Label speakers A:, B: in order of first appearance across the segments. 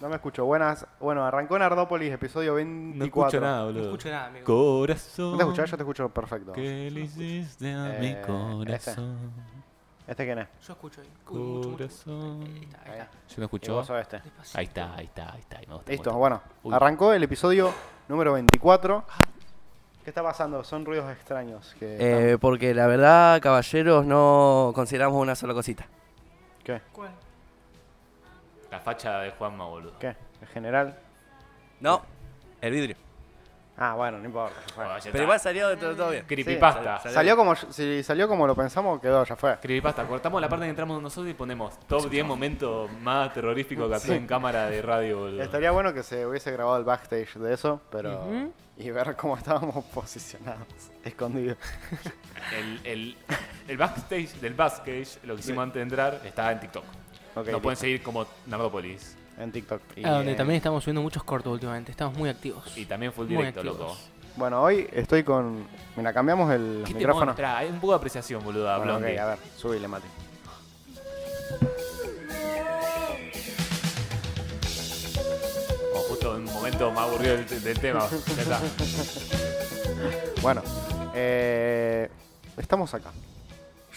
A: No me escucho. Buenas. Bueno, arrancó Nardópolis, episodio 24.
B: No escucho nada, boludo.
C: No escucho nada, amigo.
B: Corazón.
A: ¿No te escuchás? Yo te escucho perfecto.
B: ¿Qué le hiciste a
A: Eh,
B: mi corazón?
A: ¿Este quién es?
C: Yo escucho ahí. Uy, mucho, mucho, mucho.
B: Corazón.
C: Ahí está, ahí está.
B: ¿Yo
A: Y
B: me escuchó?
A: vos sos este.
C: Despacito.
B: Ahí está, ahí está, ahí está. ahí me gusta,
A: Listo,
B: me gusta.
A: bueno.
B: Uy.
A: Arrancó el episodio número 24. ¿Qué está pasando? Son ruidos extraños. Que
D: Eh, porque la verdad, caballeros, no consideramos una sola cosita.
A: están- ¿Qué?
C: ¿Cuál?
B: La facha de Juanma, boludo.
A: ¿Qué? ¿En general?
D: No, el vidrio.
A: Ah, bueno, no importa. ya fue.
B: Bueno, ya
D: Pero
B: está.
D: igual salió de todo, todo bien.
B: Creepypasta.
D: Sí,
A: Salió como, si salió como lo pensamos, quedó, ya fue.
B: Creepypasta. Cortamos la parte que entramos nosotros y ponemos top 10 momentos más terroríficos que actué en cámara de radio, boludo.
A: Estaría bueno que se hubiese grabado el backstage de eso, pero. Y ver cómo estábamos posicionados, escondidos.
B: El, el, el backstage del backstage, lo que hicimos antes de entrar, está en TikTok.
A: Ok,
B: Nos pueden seguir como Nardopolis.
A: En TikTok. Y,
C: A Ah, donde
A: eh,
C: también estamos subiendo muchos cortos últimamente. Estamos muy activos.
B: Y también fue el
C: Muy
B: directo,
C: activos.
B: loco.
A: Bueno, hoy estoy con. Mira, cambiamos el
B: ¿Qué te
A: micrófono.
B: muestra? Hay un poco de apreciación, boludo, a
A: Bueno, ok,
B: Blondie.
A: a ver, subile, Mati.
B: O justo en un momento más aburrido del, del tema. Ya está.
A: Bueno, eh, estamos acá.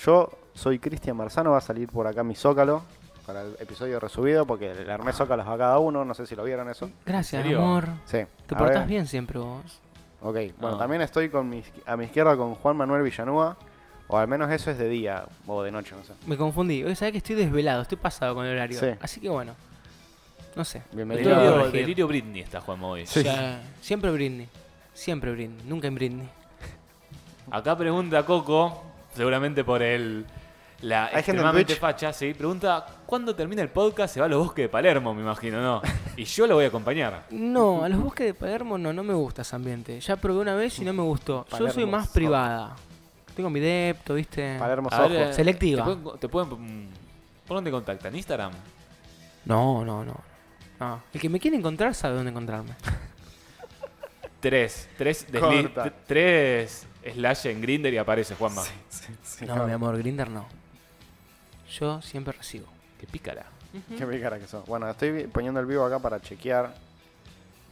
A: Yo soy Cristian Marzano, va a salir por acá mi Zócalo para el episodio resubido, porque le armé Zócalos a cada uno, no sé si lo vieron eso.
C: Gracias,
B: ¿En serio?
C: amor.
A: Sí.
C: Te
A: a
C: portás
A: ver.
C: bien siempre vos.
A: Ok, bueno,
B: Ah.
A: también estoy con mi izqui- a mi izquierda con Juan Manuel Villanueva, o al menos eso es de día o de noche, no sé.
C: Me confundí. Hoy sabés que estoy desvelado, estoy pasado con el horario.
A: Sí.
C: Así que bueno. No sé.
A: Bienvenido.
C: Te voy a
B: Delirio,
C: corregir.
B: delirio Britney está Juan hoy.
A: Sí.
C: Ya, Siempre Britney. Siempre Britney. Nunca en Britney.
B: Acá pregunta Coco, seguramente por el.
A: Hay
B: La
A: gente en
B: extremadamente
A: Twitch.
B: facha, sí. Pregunta: ¿Cuándo termina el podcast? Se va a los bosques de Palermo, me imagino, ¿no? Y yo lo voy a acompañar.
C: No, a los bosques de Palermo no, no me gusta ese ambiente. Ya probé una vez y no me gustó. Yo soy
A: Palermo
C: más
A: sos.
C: privada. Tengo mi depto, ¿viste?
A: Palermo
B: A ver,
A: Sojo.
B: eh,
C: Selectiva.
B: ¿Te pueden.? te pueden, mm, ¿Por dónde contactan? ¿Instagram?
C: No, no, no. No. El que me quiere encontrar sabe dónde encontrarme.
B: Tres. Tres, desli-
A: Corta.
B: t- tres slash en Grinder y aparece Juanma.
C: no, mi amor, Grinder no. Yo siempre recibo.
B: Qué pícara.
A: Qué pícara que sos. Bueno, estoy vi- poniendo el vivo acá para chequear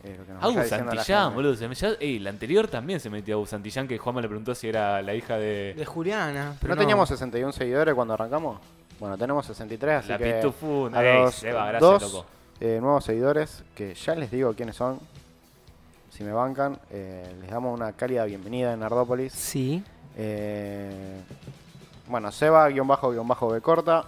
A: eh, lo que nos
B: Agus
A: vaya diciendo la
B: Santillán,
A: gente.
B: boludo. Se me, ya- ey, la anterior también se metió Agus Santillán, que Juanma le preguntó si era la hija
C: De
B: de.
C: Juliana. Pero
A: ¿No teníamos 61 seguidores cuando arrancamos? Bueno, tenemos 63, así
B: La
A: que
B: pitufuna.
A: a
B: Ey,
A: los
B: Seba, gracias,
A: dos
B: loco.
A: eh, nuevos seguidores, que ya les digo quiénes son, si me bancan, eh, les damos una cálida bienvenida en Nardópolis.
C: Sí.
A: Eh, bueno, Seba, guión bajo, guión bajo, B corta,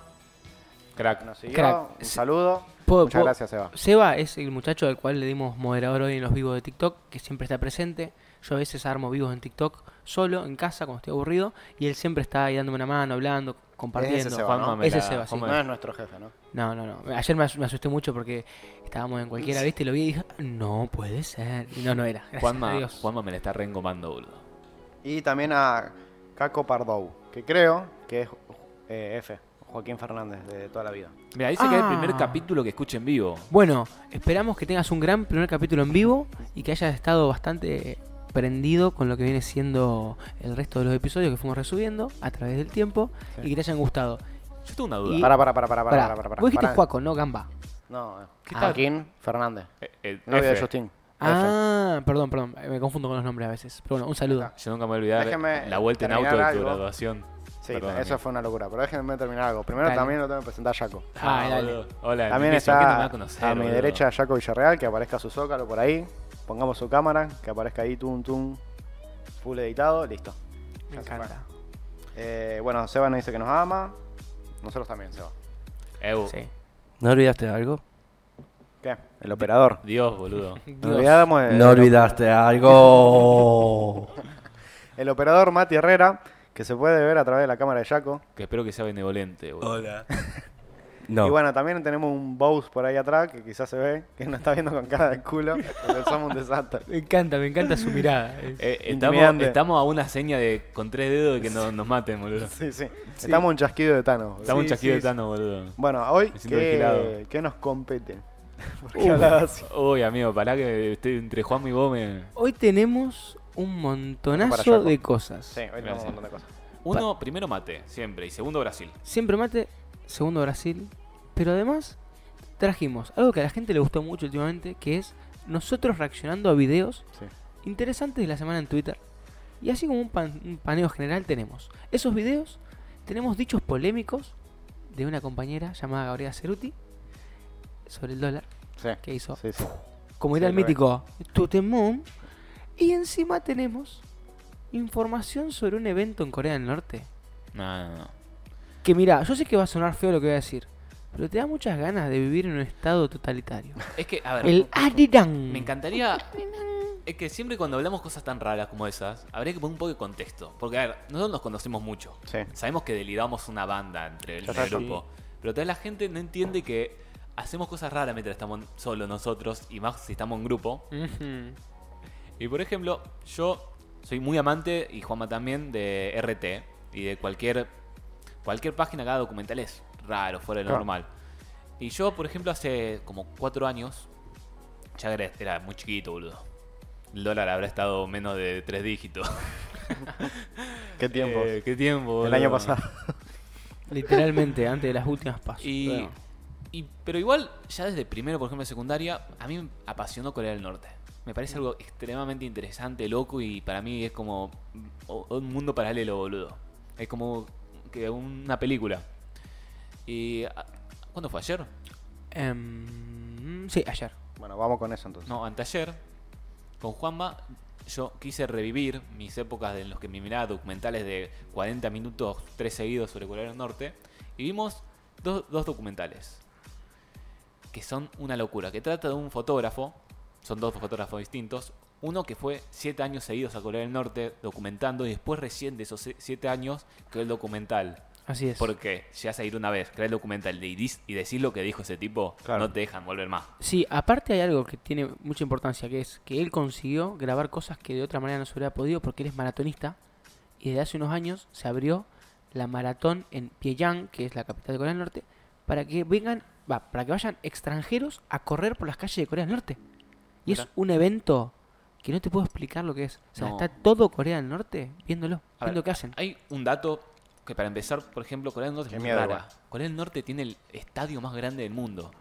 B: Crack.
A: nos siguió,
C: Crack.
A: un saludo.
C: Puedo-
A: Muchas
C: puedo-
A: gracias, Seba.
C: Seba es el muchacho al cual le dimos moderador hoy en los vivos de TikTok, que siempre está presente. Yo a veces armo vivos en TikTok solo, en casa, cuando estoy aburrido, y él siempre está ahí dándome una mano, hablando, compartiendo.
A: Seba,
B: Juanma
A: ¿no?
B: me
C: Ese
B: la-
C: Seba, sí.
B: Juanma-
A: No es nuestro jefe, ¿no?
C: No, no, no. Ayer me as- me asusté mucho porque estábamos en cualquiera, ¿viste? Y lo vi y dije, "Ah, no puede ser. Y no, no era. Gracias a
B: Juanma,
C: Dios.
B: Juanma me la está reengomando, boludo.
A: Y también a Caco Pardou, que creo que es eh, F, Joaquín Fernández, de toda la vida.
B: Mira, dice que es el
C: Ah.
B: primer capítulo que escucho en vivo.
C: Bueno, esperamos que tengas un gran primer capítulo en vivo y que hayas estado bastante prendido con lo que viene siendo el resto de los episodios que fuimos resubiendo a través del tiempo
A: Sí.
C: y que te hayan gustado.
B: Yo tengo una duda.
C: Y-
A: Para, para, para, para,
C: Pará,
A: para, para, para.
C: vos dijiste Juaco, no Gamba.
A: No, eh.
B: ¿Qué tal?
A: Joaquín Fernández,
B: Eh, eh,
A: novio de
B: F.
A: Justin. F.
C: Ah, perdón, perdón, eh, me confundo con los nombres a veces. Pero bueno, un saludo.
B: Yo nunca me voy a olvidar
A: Déjeme
B: la vuelta en auto
A: terminar
B: de tu
A: algo.
B: graduación.
A: Sí,
B: Perdón,
A: eso
B: amigo.
A: fue una locura, pero déjenme terminar algo. Primero
C: Dale.
A: también lo tengo que presentar a Jaco.
C: Ah, dale.
B: boludo. Hola,
A: También
B: Mauricio, ¿quién no me
A: está
B: va
A: a,
B: a, conocer,
A: mi
B: boludo?
A: derecha Jaco Villarreal, que aparezca su zócalo por ahí. Pongamos su cámara, que aparezca ahí, tum, tum. Full editado, listo.
C: Me
A: Ya se
C: encanta.
A: Eh, bueno, Seba nos dice que nos ama. Nosotros también, Seba.
B: Eu,
C: Sí.
D: ¿No olvidaste algo?
A: ¿Qué? El operador.
B: Dios, boludo.
A: Nos
C: Dios.
A: olvidamos de-
D: Eh, No olvidaste algo.
A: El operador Mati Herrera, que se puede ver a través de la cámara de Jaco.
B: Que espero que sea benevolente, boludo.
D: Hola.
A: Y
D: No.
A: bueno, también tenemos un Bows por ahí atrás, que quizás se ve, que nos está viendo con cara de culo. porque somos un desastre.
C: Me encanta, me encanta su mirada. Es-
B: Eh, estamos,
A: Intimidante.
B: estamos a una seña de con tres dedos de que no- nos maten, boludo.
A: Sí, sí. Estamos un chasquido de Thanos. boludo.
B: Estamos un
C: Sí,
B: chasquido
C: sí,
B: de Tano, boludo.
A: Bueno, hoy,
B: Me siento
A: ¿qué,
B: vigilado. Uh.
A: qué nos compete? ¿Por qué hablaba así?
B: Uy, amigo, pará que estoy entre Juan y vos. me-
C: Hoy tenemos un
A: Para allá,
C: montonazo
A: Juan.
C: de cosas.
A: Sí, hoy tenemos
B: Gracias.
A: un montón de cosas.
B: Uno, primero mate, siempre. Y segundo, Brasil.
C: Siempre mate, segundo Brasil. Pero además, trajimos algo que a la gente le gustó mucho últimamente, que es nosotros reaccionando a videos
A: Sí.
C: interesantes de la semana en Twitter. Y así como un, pan- un paneo general tenemos esos videos, tenemos dichos polémicos de una compañera llamada Gabriela Ceruti sobre el dólar
A: Sí.
C: que hizo,
A: Sí, sí.
C: como
A: sí,
C: era el
A: lo vi.
C: mítico, Tutemón. Y encima tenemos información sobre un evento en Corea del Norte.
B: No, no, no.
C: Que mira, yo sé que va a sonar feo lo que voy a decir, pero te da muchas ganas de vivir en un estado totalitario.
B: Es que, a ver.
C: El Arirang.
B: Me encantaría. Es que siempre cuando hablamos cosas tan raras como esas, habría que poner un poco de contexto. Porque, a ver, nosotros nos conocemos mucho.
A: Sí.
B: Sabemos que deliramos una banda entre el,
A: Ya está,
B: grupo. Pero tal vez la gente no entiende que hacemos cosas raras mientras estamos solos nosotros y más si estamos en grupo.
C: Ujú.
B: Y por ejemplo, yo soy muy amante, y Juanma también, de RT y de cualquier, cualquier página, cada documental es raro, fuera de lo
A: Claro.
B: normal. Y yo, por ejemplo, hace como cuatro años, ya era, era muy chiquito, boludo. El dólar habrá estado menos de tres dígitos.
A: ¿Qué tiempo?
B: Eh, ¿Qué tiempo?
A: el
B: boludo?
A: año pasado.
C: Literalmente, antes de las últimas pasos.
B: Y,
C: Bueno,
B: y- pero igual, ya desde primero, por ejemplo, de secundaria, a mí me apasionó Corea del Norte. Me parece algo extremadamente interesante, loco, y para mí es como o- un mundo paralelo, boludo. Es como que una película. Y, ah, ¿Cuándo fue? ¿Ayer?
C: em, sí, ayer.
A: Bueno, vamos con eso entonces.
B: No, anteayer, con Juanma, yo quise revivir mis épocas en las que me miraba documentales de 40 minutos, tres seguidos sobre Corea del Norte, y vimos dos, dos documentales que son una locura, que trata de un fotógrafo, son dos fotógrafos distintos, uno que fue siete años seguidos a Corea del Norte documentando y después recién de esos se- siete años creó el documental.
C: Así es.
B: Porque llegas a ir una vez, crear el documental y dis- y decís lo que dijo ese tipo,
A: Claro.
B: no te dejan volver más.
C: Sí, aparte hay algo que tiene mucha importancia, que es que él consiguió grabar cosas que de otra manera no se hubiera podido porque él es maratonista y desde hace unos años se abrió la maratón en Pyongyang, que es la capital de Corea del Norte, para que vengan, va, para que vayan extranjeros a correr por las calles de Corea del Norte. Y es
B: Mirá.
C: un evento que no te puedo explicar lo que es. O sea,
B: No.
C: está todo Corea del Norte viéndolo,
B: A
C: viendo
B: ver,
C: qué hacen.
B: Hay un dato que para empezar, por ejemplo, Corea del Norte
A: Qué
B: es muy
A: miedo,
B: rara.
A: igual.
B: Corea del Norte tiene el estadio más grande del mundo.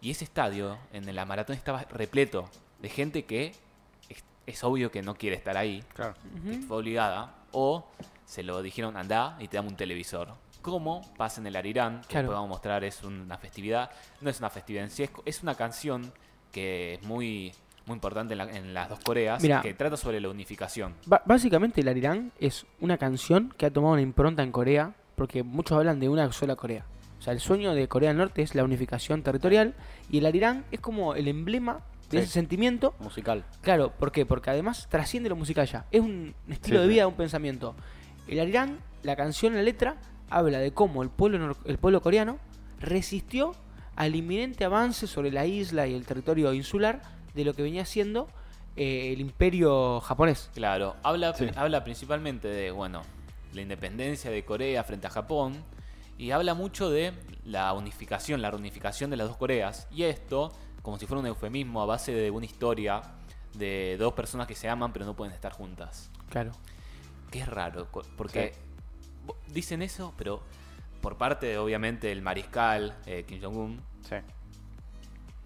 B: Y ese estadio, en la maratón, estaba repleto de gente que es, es obvio que no quiere estar ahí,
A: Claro.
B: que fue obligada, o se lo dijeron andá y te damos un televisor. ¿Cómo pasa en el Arirán? Que
C: Claro.
B: después vamos a mostrar, es una festividad. No es una festividad en sí, es, co- es una canción que es muy, muy importante en, la- en las dos Coreas,
C: Mirá.
B: que trata sobre la unificación.
C: Ba- básicamente, el Arirang es una canción que ha tomado una impronta en Corea, porque muchos hablan de una sola Corea. O sea, el sueño de Corea del Norte es la unificación territorial y el Arirang es como el emblema de
A: Sí.
C: ese sentimiento.
A: Musical.
C: Claro, ¿por qué? Porque además trasciende lo musical ya. Es un estilo
A: Sí,
C: de
A: sí.
C: vida, un pensamiento. El Arirang, la canción, la letra, habla de cómo el pueblo, nor- el pueblo coreano resistió al inminente avance sobre la isla y el territorio insular de lo que venía siendo eh, el imperio japonés.
B: Claro, habla,
A: Sí.
B: habla principalmente de, bueno, la independencia de Corea frente a Japón y habla mucho de la unificación, la reunificación de las dos Coreas. Y esto, como si fuera un eufemismo a base de una historia de dos personas que se aman pero no pueden estar juntas.
C: Claro.
B: Que es raro, co- porque bo- dicen eso, pero por parte, de, obviamente, del mariscal eh, Kim Jong-un,
A: Sí.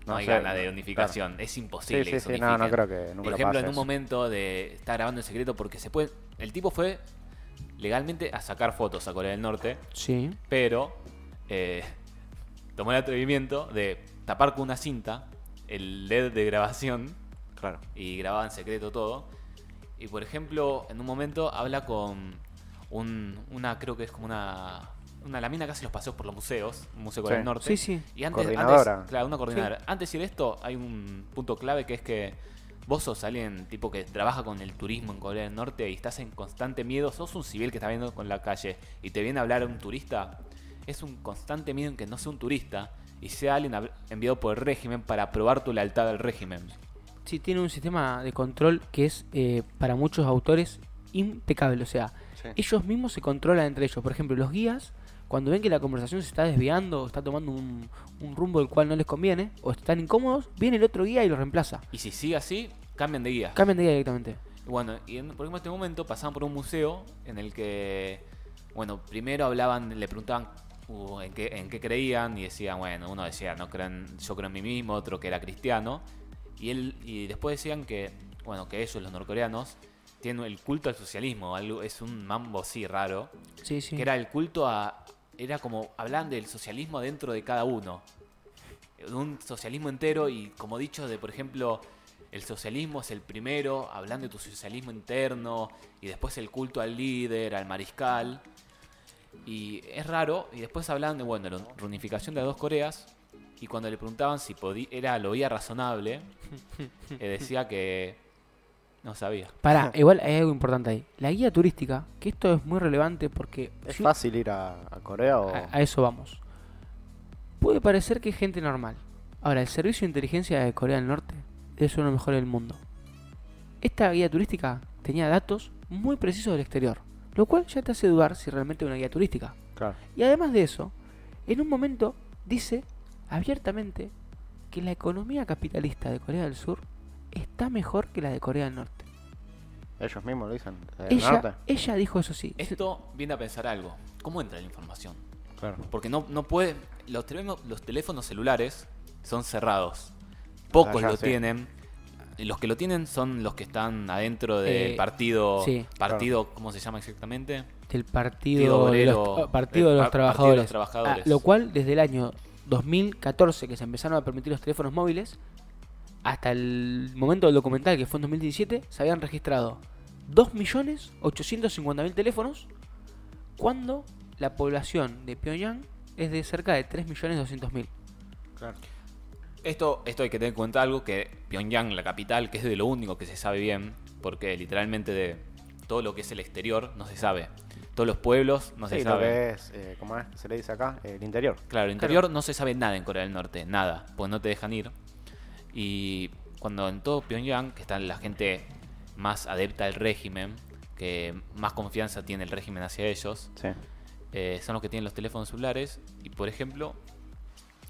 B: no, hay
A: sé,
B: gana de
A: claro.
B: unificación. Es
A: Sí,
B: imposible.
A: sí,
B: que
A: sí.
B: se
A: No, no
B: unifiquen.
A: creo que nunca
B: Por ejemplo,
A: pase
B: en un
A: eso.
B: momento de está grabando en secreto porque se puede. El tipo fue legalmente a sacar fotos a Corea del Norte,
C: Sí.
B: pero eh, tomó el atrevimiento de tapar con una cinta el LED de grabación
A: Claro.
B: y grababa en secreto todo. Y por ejemplo, en un momento habla con un, una, creo que es como una, una lamina que hace los paseos por los museos, un museo Corea
A: Sí.
B: del Norte.
C: Sí, sí.
B: Y antes,
A: Coordinadora.
B: antes- claro, una coordinadora. Antes de ir a esto, hay un punto clave que es que vos sos alguien tipo que trabaja con el turismo en Corea del Norte y estás en constante miedo, sos un civil que está viendo con la calle y te viene a hablar un turista, es un constante miedo en que no sea un turista y sea alguien hab- enviado por el régimen para probar tu lealtad al régimen.
C: Sí, tiene un sistema de control que es eh, para muchos autores impecable. O sea,
A: Sí.
C: ellos mismos se controlan entre ellos. Por ejemplo, los guías, cuando ven que la conversación se está desviando o está tomando un, un rumbo el cual no les conviene o están incómodos, viene el otro guía y los reemplaza.
B: Y si sigue así, cambian de guía.
C: Cambian de guía directamente.
B: Bueno, y en, por ejemplo, en este momento pasaban por un museo en el que, bueno, primero hablaban, le preguntaban uh, en, qué, en qué creían y decían, bueno, uno decía, no crean, yo creo en mí mismo, otro que era cristiano. Y, él, y después decían que, bueno, que ellos, los norcoreanos, tienen el culto al socialismo, algo, es un mambo así raro,
C: Sí, sí.
B: que era el culto a... Era como, hablan del socialismo dentro de cada uno. De Un socialismo entero y como dicho de, por ejemplo, el socialismo es el primero, hablan de tu socialismo interno y después el culto al líder, al mariscal. Y es raro. Y después hablan de, bueno, la reunificación de las dos Coreas. Y cuando le preguntaban si podía, era, lo veía razonable, eh, decía que no sabía.
C: Pará, igual hay algo importante ahí. La guía turística, que esto es muy relevante porque
A: ¿Es
C: si-
A: fácil ir a, a Corea o.?
C: a, a eso vamos. Puede parecer que es gente normal. Ahora, el servicio de inteligencia de Corea del Norte es uno de los mejores del mundo. Esta guía turística tenía datos muy precisos del exterior, lo cual ya te hace dudar si realmente es una guía turística.
A: Claro.
C: Y además de eso, en un momento dice abiertamente que la economía capitalista de Corea del Sur está mejor que la de Corea del Norte.
A: Ellos mismos lo dicen. desde el norte.
C: Ella, ella dijo eso sí.
B: Esto viene a pensar algo. ¿Cómo entra la información?
A: Claro.
B: Porque no, no puede. Los teléfonos, los teléfonos celulares son cerrados. Pocos
A: Ah, ya,
B: lo
A: sí.
B: tienen. Y Los que lo tienen son los que están adentro del
C: Eh,
B: partido.
C: sí.
B: Partido, ¿cómo se llama exactamente?
C: del partido,
B: Partido
C: de los-
B: Obrero,
C: ah, partido de
B: el
C: los
B: par- Partido de
C: trabajadores,
B: los Trabajadores.
C: Ah, lo cual desde el año 2014 que se empezaron a permitir los teléfonos móviles hasta el momento del documental que fue en 2017 se habían registrado 2.850.000 teléfonos cuando la población de Pyongyang es de cerca de 3.200.000
A: claro.
B: Esto, esto hay que tener en cuenta algo que Pyongyang, la capital, que es de lo único que se sabe bien, porque literalmente de todo lo que es el exterior no se sabe. Todos los pueblos no se
A: Sí, lo
B: sabe.
A: que es, eh, ¿cómo es? Se le dice acá, eh, el interior.
B: Claro, el interior no se sabe nada en Corea del Norte, nada, pues no te dejan ir. Y cuando en todo Pyongyang, que está la gente más adepta al régimen, que más confianza tiene el régimen hacia ellos,
A: Sí.
B: eh, son los que tienen los teléfonos celulares. Y por ejemplo,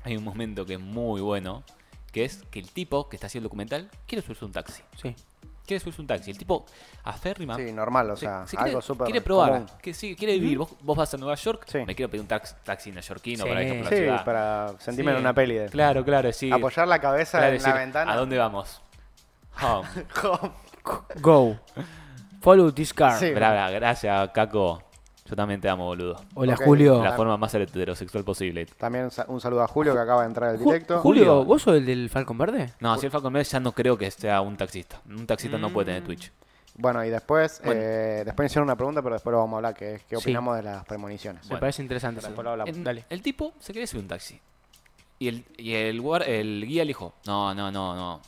B: hay un momento que es muy bueno, que es que el tipo que está haciendo el documental quiere subirse a un taxi.
C: sí
B: Quiere subirse a un taxi. El tipo aférrima.
A: Sí, normal, o
B: se-
A: sea,
B: se
A: algo
B: quiere,
A: súper.
B: quiere probar,
A: común.
B: que sí, quiere vivir. Vos, vos vas a Nueva York,
A: Sí.
B: me quiero pedir un tax- taxi neoyorquino
C: Sí.
B: para ir por la
A: Sí,
B: ciudad.
A: para sentirme
B: Sí,
A: en una peli. de-
B: Claro, claro, sí.
A: Apoyar la cabeza
B: Claro,
A: en
B: decir,
A: la ventana.
B: ¿A dónde vamos? Oh, Home.
C: go follow this car
A: Sí.
B: Bra, bra, gracias, Caco. Yo también te amo, boludo.
C: hola
A: Ok.
C: Julio
B: De la
A: Ah.
B: forma más heterosexual posible.
A: También un sa- un saludo a Julio que acaba de entrar al
C: Ju-
A: directo.
C: Julio
B: Julio.
C: vos sos el del Falcon Verde
B: No, si el Falcon Mesh ya no creo que sea un taxista. Un taxista no puede tener
A: Mm.
B: Twitch.
A: Bueno, y después,
B: Bueno.
A: eh, después hicieron una pregunta, pero después lo vamos a hablar, que es qué
C: Sí.
A: opinamos de las premoniciones.
C: me
B: Bueno.
C: parece interesante sí.
A: Después lo hablamos.
B: En-
C: dale.
B: El tipo se quiere subir un taxi. Y el, y el, guar- el guía le dijo, no, no, no, no.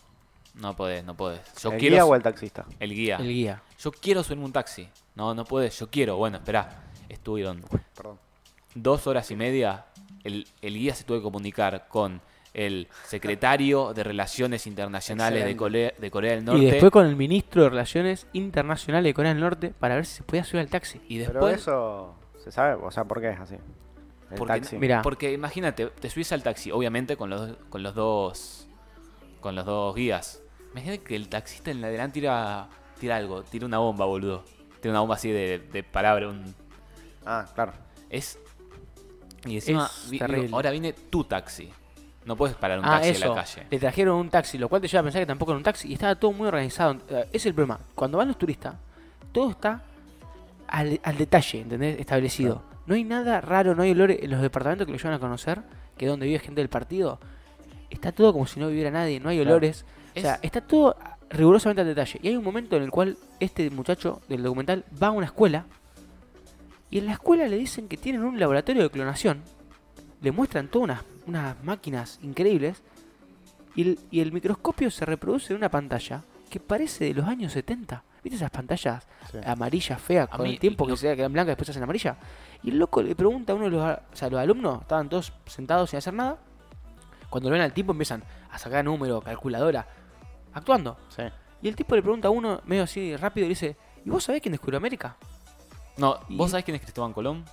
B: No podés, no podés. Yo
A: ¿El
B: quiero
A: guía
B: su-
A: o el taxista?
B: el guía.
C: el guía
B: Yo quiero subirme un taxi. No, no podés, yo quiero. Bueno, esperá. Estuvieron
A: Perdón.
B: dos horas y media, el, el guía se tuvo que comunicar con el secretario de Relaciones Internacionales de
A: Excelente.
B: Corea, de Corea del Norte.
C: Y después con el ministro de Relaciones Internacionales de Corea del Norte para ver si se podía subir al taxi.
B: y
A: Pero
B: después-
A: eso se sabe, o sea, ¿por qué es así? El
B: porque,
A: taxi.
C: mira.
B: porque imagínate, te subís al taxi, obviamente con los, con los dos con los dos guías. Imagínate que el taxista en la delante tira, tira algo, tira una bomba, boludo. Tira una bomba así de, de palabra, un,
A: Ah, claro.
B: Es. Y encima,
C: Es
B: vi- digo,
C: terrible.
B: ahora viene tu taxi. No puedes parar un
C: ah,
B: taxi en
C: eso.
B: la calle.
C: Le trajeron un taxi, lo cual te lleva a pensar que tampoco era un taxi. Y estaba todo muy organizado. Eh, Es el problema. Cuando van los turistas, todo está al, al detalle, ¿entendés? Establecido. No hay nada raro, no hay olores. En los departamentos que lo llevan a conocer, que es donde vive gente del partido, está todo como si no viviera nadie, no hay
A: Claro.
C: olores. O sea,
B: Es-
C: está todo rigurosamente al detalle. Y hay un momento en el cual este muchacho del documental va a una escuela y en la escuela le dicen que tienen un laboratorio de clonación. Le muestran todas unas, unas máquinas increíbles y el, y el microscopio se reproduce en una pantalla que parece de los años 70. ¿Viste esas pantallas
A: Sí.
C: amarillas feas
B: A
C: con
B: mí
C: el tiempo que
B: lo-
C: se quedan blancas después se hacen amarillas? Y el loco le pregunta a uno de los, a- o sea, los alumnos, estaban todos sentados sin hacer nada. Cuando lo ven al tipo empiezan a sacar número, calculadora, actuando.
A: Sí.
C: Y el tipo le pregunta a uno medio así rápido y le dice, ¿y vos sabés quién descubrió América?
B: No,
C: y-
B: ¿vos sabés quién es Cristóbal Colón?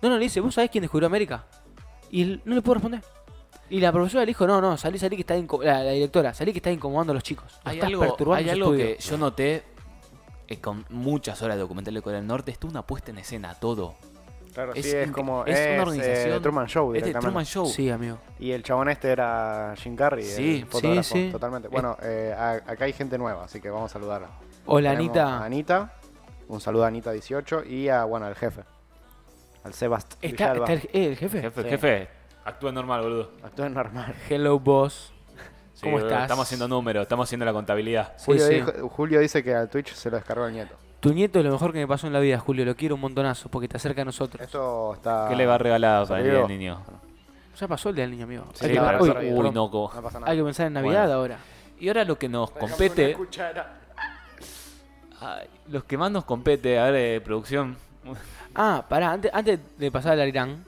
C: No, no, le dice, ¿vos sabés quién descubrió América? Y él no le puedo responder. Y la profesora le dijo, no, no, salí, salí que está inco- la, la directora, salí que está incomodando a los chicos. Los
B: Hay
C: estás
B: algo,
C: perturbando
B: hay
C: su
B: algo
C: estudio".
B: que yo noté eh, con muchas horas de documental de Corea del Norte. Estuvo una puesta en escena, todo.
A: Claro, sí, es
B: inc-
A: como.
B: es
A: eh,
B: una organización.
A: Truman Show,
B: Es de
A: directamente.
B: Truman Show.
C: Sí, amigo.
A: Y el chabón este era Jim Carrey,
B: Sí,
A: el fotógrafo,
C: sí, sí.
A: totalmente.
C: Es-
A: Bueno, eh, a- acá hay gente nueva, así que vamos a saludarla.
C: Hola,
A: Tenemos a
C: Anita.
A: Anita, un saludo a Anita18 y a, bueno, al jefe, al Sebast.
C: ¿Está,
A: Villalba.
C: está el, eh, el jefe?
B: Jefe,
A: Sí.
B: jefe, actúa normal, boludo.
A: Actúa normal.
C: Hello, boss.
B: Sí,
C: ¿Cómo
B: boludo,
C: estás?
B: Estamos haciendo números, estamos haciendo la contabilidad.
C: Sí,
A: Julio,
C: sí.
A: dijo- Julio dice que al Twitch se lo descargó el nieto.
C: Tu nieto es lo mejor que me pasó en la vida, Julio. Lo quiero un montonazo porque te acerca a nosotros.
A: Esto está...
B: ¿Qué le va a regalar para el día
A: Salió.
B: del niño?
C: Ya pasó el día del niño, amigo.
A: Sí,
C: hay, que,
A: para
C: uy,
A: pasar-
B: uy,
C: perdón.
B: no, co-
A: No pasa nada.
C: hay que pensar en Navidad
B: Bueno.
C: ahora.
B: Y ahora lo que nos compete, ay, los que más nos compete, a ver, eh, producción.
C: Ah, pará, antes, antes de pasar al Irán,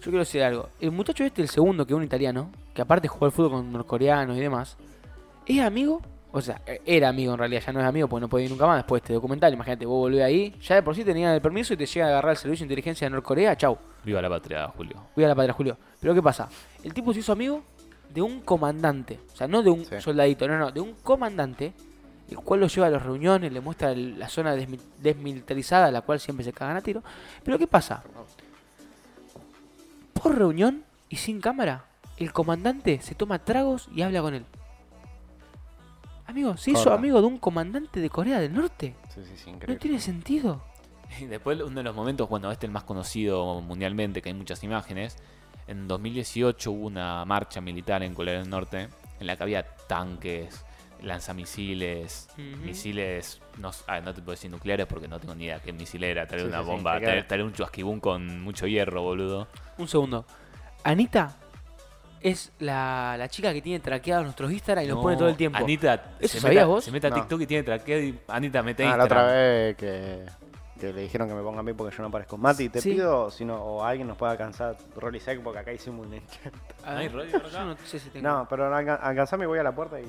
C: yo quiero decir algo. El muchacho este, el segundo, que es un italiano, que aparte jugó al fútbol con norcoreanos y demás, ¿es amigo? O sea, e- era amigo en realidad, ya no es amigo porque no puede ir nunca más después de este documental. Imagínate, vos volvés ahí, ya de por sí tenían el permiso y te llega a agarrar el servicio de inteligencia de Norcorea, chau.
B: Viva la patria, Julio.
C: Voy a la patria, Julio. Pero ¿qué pasa? El tipo se hizo amigo de un comandante. O sea, no de un
A: Sí.
C: soldadito, no, no, de un comandante, el cual lo lleva a las reuniones, le muestra el- la zona desmi- desmilitarizada, a la cual siempre se cagan a tiro. Pero ¿qué pasa? Por reunión y sin cámara, el comandante se toma tragos y habla con él. Amigo, se hizo
A: Corta.
C: amigo de un comandante de Corea del Norte.
A: Sí, sí, sí,
C: No
A: increíble.
C: tiene sentido.
B: Y después uno de los momentos, bueno, este es el más conocido mundialmente, que hay muchas imágenes. En 2018 hubo una marcha militar en Corea del Norte, en la que había tanques, lanzamisiles,
C: Ujú.
B: misiles, no, s- ah, no te puedo decir nucleares porque no tengo ni idea qué misil era, tal vez
A: Sí,
B: una
A: sí, sí,
B: bomba,
A: te
B: tal,
A: queda.
B: tal vez un chubasquibún con mucho hierro, boludo.
C: Un segundo. Anita es la, la chica que tiene traqueados nuestros Instagram y los
B: No,
C: pone todo el tiempo.
B: Anita,
C: ¿Eso
B: se
C: sabías
B: mete, a-
C: vos?
B: se mete a
A: No.
B: TikTok y tiene traqueado y Anita mete
A: Ah, la
B: Instagram.
A: otra vez que, que le dijeron que me ponga a mí porque yo no parezco. Mati, te
C: Sí.
A: pido, si no, o alguien nos puede alcanzar Rolly Sec porque acá hicimos un hincha.
C: A
B: ¿No hay
C: ver,
B: rollo por acá?
C: yo no sé si tengo.
A: No, pero alca- alcanzame y voy a la puerta y,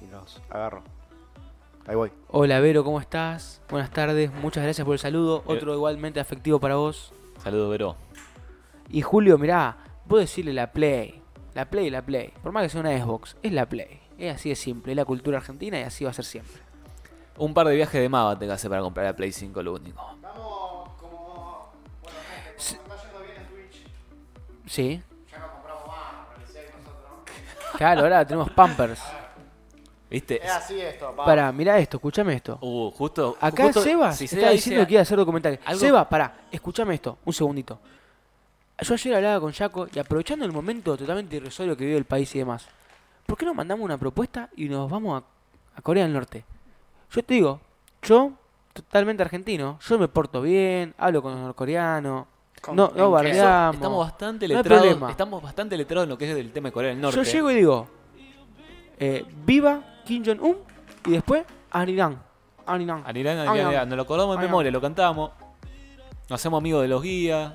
A: y los agarro. Ahí voy.
C: Hola Vero, ¿cómo estás? Buenas tardes, muchas gracias por el
B: Eh.
C: saludo. Otro igualmente afectivo para vos.
B: Saludos, Vero.
C: Y Julio, mirá, vos decirle la Play. La Play, la Play. Por más que sea una Xbox, es la Play. Es así de simple, es la cultura argentina y así va a ser siempre.
B: Un par de viajes de Mava te que hacer para comprar la Play 5, lo único.
A: Estamos como. Bueno,
C: Sí.
A: está yendo bien en Twitch.
C: ¿Sí?
A: Ya no compramos más Rolly Sec nosotros.
C: Claro, ahora tenemos Pampers.
B: ¿Viste?
A: así esto,
C: Pará, mirá esto, escúchame esto.
B: Uh, justo.
C: Acá
B: justo-
C: Sebas
B: si
C: está
B: Seba dice-
C: diciendo que iba a hacer documentales.
B: algo-
C: Seba, pará, escúchame esto, un segundito. Yo ayer hablaba con Jaco y aprovechando el momento totalmente irrisorio que vive el país y demás, ¿por qué no mandamos una propuesta y nos vamos a, a Corea del Norte? Yo te digo, yo, totalmente argentino, yo me porto bien, hablo con los norcoreanos,
A: Con-
C: no,
A: ¿en
C: no
A: qué?
C: bardeamos.
B: Estamos bastante
C: No hay
B: letrados.
C: problema.
B: estamos bastante letrados en lo que es el tema de Corea del Norte.
C: Yo llego y digo, eh, viva Kim Jong-un y después Arirán. Arirán.
B: Anirán,
C: Ah,
B: Anirán,
C: no.
B: Anirán, nos lo acordamos en
C: Ah, no.
B: memoria, lo cantamos. Nos hacemos amigos de los guías.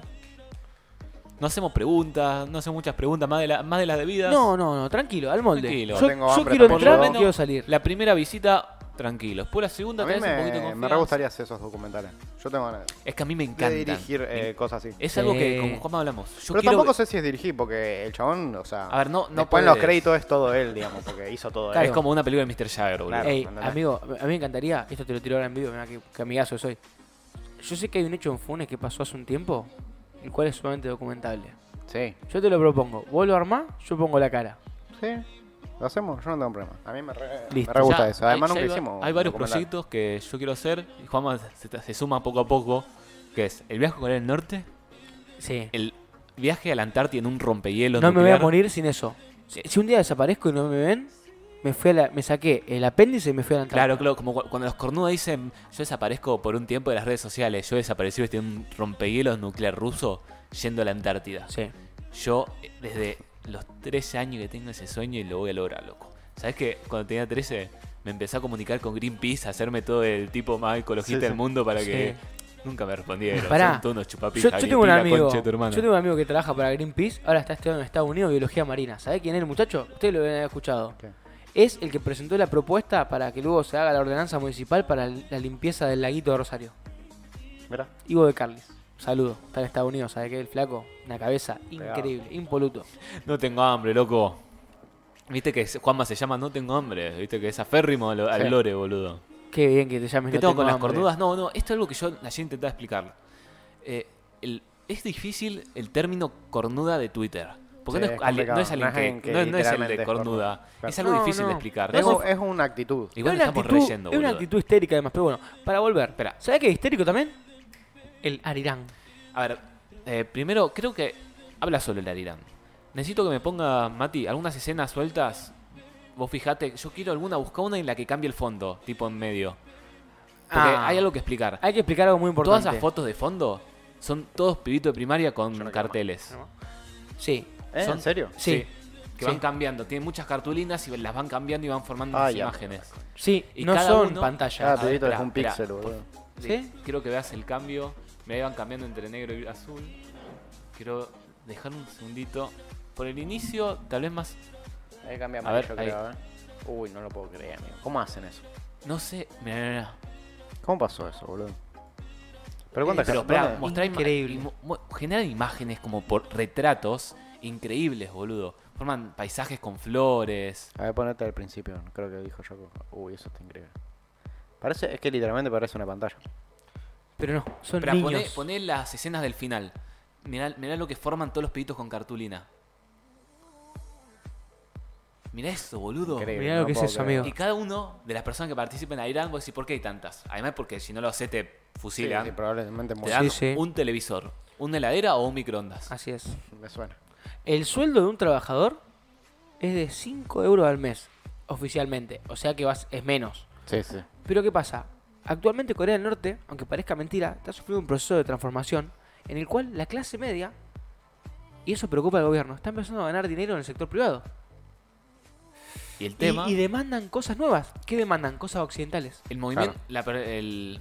B: No hacemos preguntas, no hacemos muchas preguntas, más de, la- más de las debidas.
C: No, no, no, tranquilo, al molde.
B: Tranquilo.
C: Yo,
A: No tengo
C: yo
A: hambre
C: quiero
A: tampoco.
C: entrar,
A: Por lo
C: no
A: menos
C: quiero salir.
B: La primera visita, tranquilo. Después la segunda,
A: A mí
B: tal vez un poquito
A: me,
B: de
A: me re
B: confianza.
A: gustaría hacer esos documentales. Yo tengo ganas
B: Es que a mí me
A: de
B: encanta.
A: dirigir eh, cosas así.
B: Es algo que
C: Sí.
B: con Juanma hablamos. Yo
A: pero
B: quiero-
A: tampoco sé si es dirigir, porque el chabón, o sea.
B: A ver, no- no
A: después en los
B: podés.
A: créditos es todo él, digamos, porque hizo todo
C: Claro.
B: Es como una película de Mr. Jagger, boludo.
A: Claro,
C: Ey,
A: ¿entendés?
C: amigo, a mí me encantaría, esto te lo tiro ahora en vivo, mirá que, amigazo que soy. Yo sé que hay un hecho en Funes que pasó hace un tiempo, el cual es sumamente documentable.
A: él. Sí.
C: Yo te lo propongo, vos lo armás, yo pongo la cara.
A: Sí. Lo hacemos, yo no tengo problema. A mí me re,
C: Listo.
A: me re gusta
B: Ya,
A: eso. Además,
B: hay-
A: nunca
B: ya hay, va-
A: hicimos.
B: Hay varios
A: documental.
B: proyectos que yo quiero hacer y Juanma se, se- se suma poco a poco. Que es el viaje a Corea del Norte,
C: Sí.
B: el viaje a la Antártida en un rompehielos.
C: No me voy a
B: nuclear.
C: morir sin eso. Si, si un día desaparezco y no me ven, me fui a la- me saqué el apéndice y me fui a la Antártida.
B: Claro, claro, como cu- cuando los cornudos dicen, yo desaparezco por un tiempo de las redes sociales, yo desaparecí vestido en un rompehielos nuclear ruso yendo a la Antártida.
C: Sí.
B: Yo, eh, desde los 13 años que tengo ese sueño y lo voy a lograr, loco. ¿Sabes que Cuando tenía 13 me empecé a comunicar con Greenpeace, a hacerme todo el tipo más ecologista
A: Sí,
B: del
A: sí.
B: mundo para
C: Sí.
B: que... Nunca me respondieron.
C: Pará.
B: Son todos unos
C: Yo,
B: chupapijas.
C: yo tengo un
B: Argentina,
C: amigo.
B: concha de tu
C: Yo
B: hermana.
C: tengo un amigo que trabaja para Greenpeace, ahora está estudiando en Estados Unidos biología marina. ¿Sabés quién es el muchacho? Ustedes lo habían escuchado.
A: ¿Qué?
C: Es el que presentó la propuesta para que luego se haga la ordenanza municipal para l- la limpieza del laguito de Rosario.
A: Mirá.
C: Ivo de Carles. Saludo. Está en Estados Unidos, ¿sabés qué? El flaco, una cabeza increíble, impoluto.
B: No tengo hambre, loco. Viste que se- Juanma se llama No tengo hambre. Viste que es aférrimo al, al
A: Sí.
B: lore, boludo.
C: Qué bien que te llames.
B: ¿Qué
C: no
B: tengo con las
C: hambre.
B: cornudas? No, no. Esto es algo que yo ayer intentaba explicar. Eh, el es difícil el término cornuda de Twitter. Porque
A: Sí,
B: no, es,
A: es
B: ale-
A: complicado.
B: no es alguien
A: No es alguien
B: que,
A: que
B: no, no es el
A: literalmente
B: de
A: es
B: cornuda.
A: cornuda.
B: Es algo
C: No,
B: difícil de
C: no.
B: explicar.
A: Es,
C: No
B: Igual-
A: un- es una actitud.
B: Igual
C: es una
B: estamos
C: actitud-
B: reyendo,
C: Es una
B: boludo.
C: actitud histérica además, pero bueno, para volver. Espera, ¿sabés qué es histérico también? El Arirán.
B: A ver, eh, primero creo que habla solo el Arirán. Necesito que me ponga, Mati, algunas escenas sueltas. Vos fijate, yo quiero alguna, busca una en la que cambie el fondo, tipo en medio. Porque
C: Ah.
B: hay algo que explicar.
C: Hay que explicar algo muy importante.
B: Todas las fotos de fondo son todos pibitos de primaria con
A: Yo no quiero
B: carteles.
C: Sí.
A: ¿Eh?
B: Son-
A: ¿En serio?
C: Sí.
B: Que
C: Sí. Ah,
B: van cambiando, tienen muchas cartulinas y las van cambiando y van formando unas
A: Ay, ya.
B: imágenes.
C: Sí,
B: Y
C: no
B: cada
C: son
B: uno-
A: Cada
C: pantallas.
B: Ah,
A: pibito
B: espera,
A: es un
B: espera.
A: píxel, boludo.
C: ¿Sí?
B: Quiero que veas el cambio. Me van cambiando entre negro y azul. Quiero dejar un segundito. Por el inicio, tal vez más.
A: Ahí cambia
B: A ver,
A: amarillo, creo, ¿eh? Uy, no lo puedo creer, amigo. ¿Cómo hacen eso?
B: No sé. Mirá, mirá, mirá.
A: ¿Cómo pasó eso, boludo? Pero cuántas
B: Pero
A: gente-
B: espera,
A: ¿dónde?
B: mostrar ima-
C: Increíble.
B: y mo- mo- generan imágenes como por retratos increíbles, boludo. Forman paisajes con flores.
A: A ver, ponete al principio, creo que dijo Jaco. Uy, eso está increíble. Parece, es que literalmente parece una pantalla.
C: Pero no, son
B: Pero
C: niños.
B: poné, poné las escenas del final. Mirá, mirá lo que forman todos los pibitos con cartulina. Mirá eso, boludo.
A: Increíble,
C: Mirá lo que es
A: puedo
C: eso,
A: creer.
B: Y
C: amigo.
B: cada uno de las personas que participen en Irán, vos decís, ¿por qué hay tantas? Además, porque si no lo haces, te
A: Sí,
B: fusilan.
A: sí, probablemente
B: te
A: muy-
B: dan
C: Sí, sí.
B: un televisor, una heladera o un microondas.
C: Así es.
A: Me suena.
C: El sueldo de un trabajador es de 5 euros al mes, oficialmente. O sea que vas, es menos.
A: Sí, sí.
C: Pero ¿qué pasa? Actualmente Corea del Norte, aunque parezca mentira, está sufriendo un proceso de transformación en el cual la clase media, y eso preocupa al gobierno, está empezando a ganar dinero en el sector privado.
B: Y el
C: Y-
B: tema,
C: Y, demandan cosas nuevas. ¿Qué demandan? Cosas occidentales.
B: el movimiento, la per- el,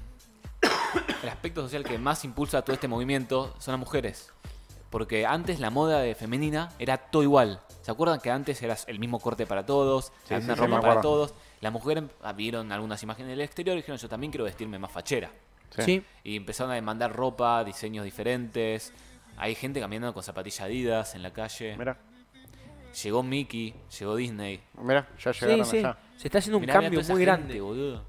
B: el aspecto social que más impulsa todo este movimiento son las mujeres. Porque antes la moda de femenina era todo igual. ¿Se acuerdan que antes era el mismo corte para todos,
A: Sí,
B: la
A: sí,
B: misma
A: sí,
B: ropa
A: me
B: para
A: acuerdo.
B: todos? Las mujeres ah, vieron algunas imágenes del exterior y dijeron, yo también quiero vestirme más fachera.
A: Sí.
B: Y empezaron a demandar ropa, diseños diferentes. Hay gente caminando con zapatillas adidas en la calle.
A: Mira,
B: Llegó Mickey, llegó Disney.
A: mira, ya
C: Sí,
A: llegaron
C: sí.
A: allá.
C: Se está haciendo un
B: Mirá, mirá
C: cambio
B: toda esa
C: muy
B: gente,
C: grande.
B: boludo.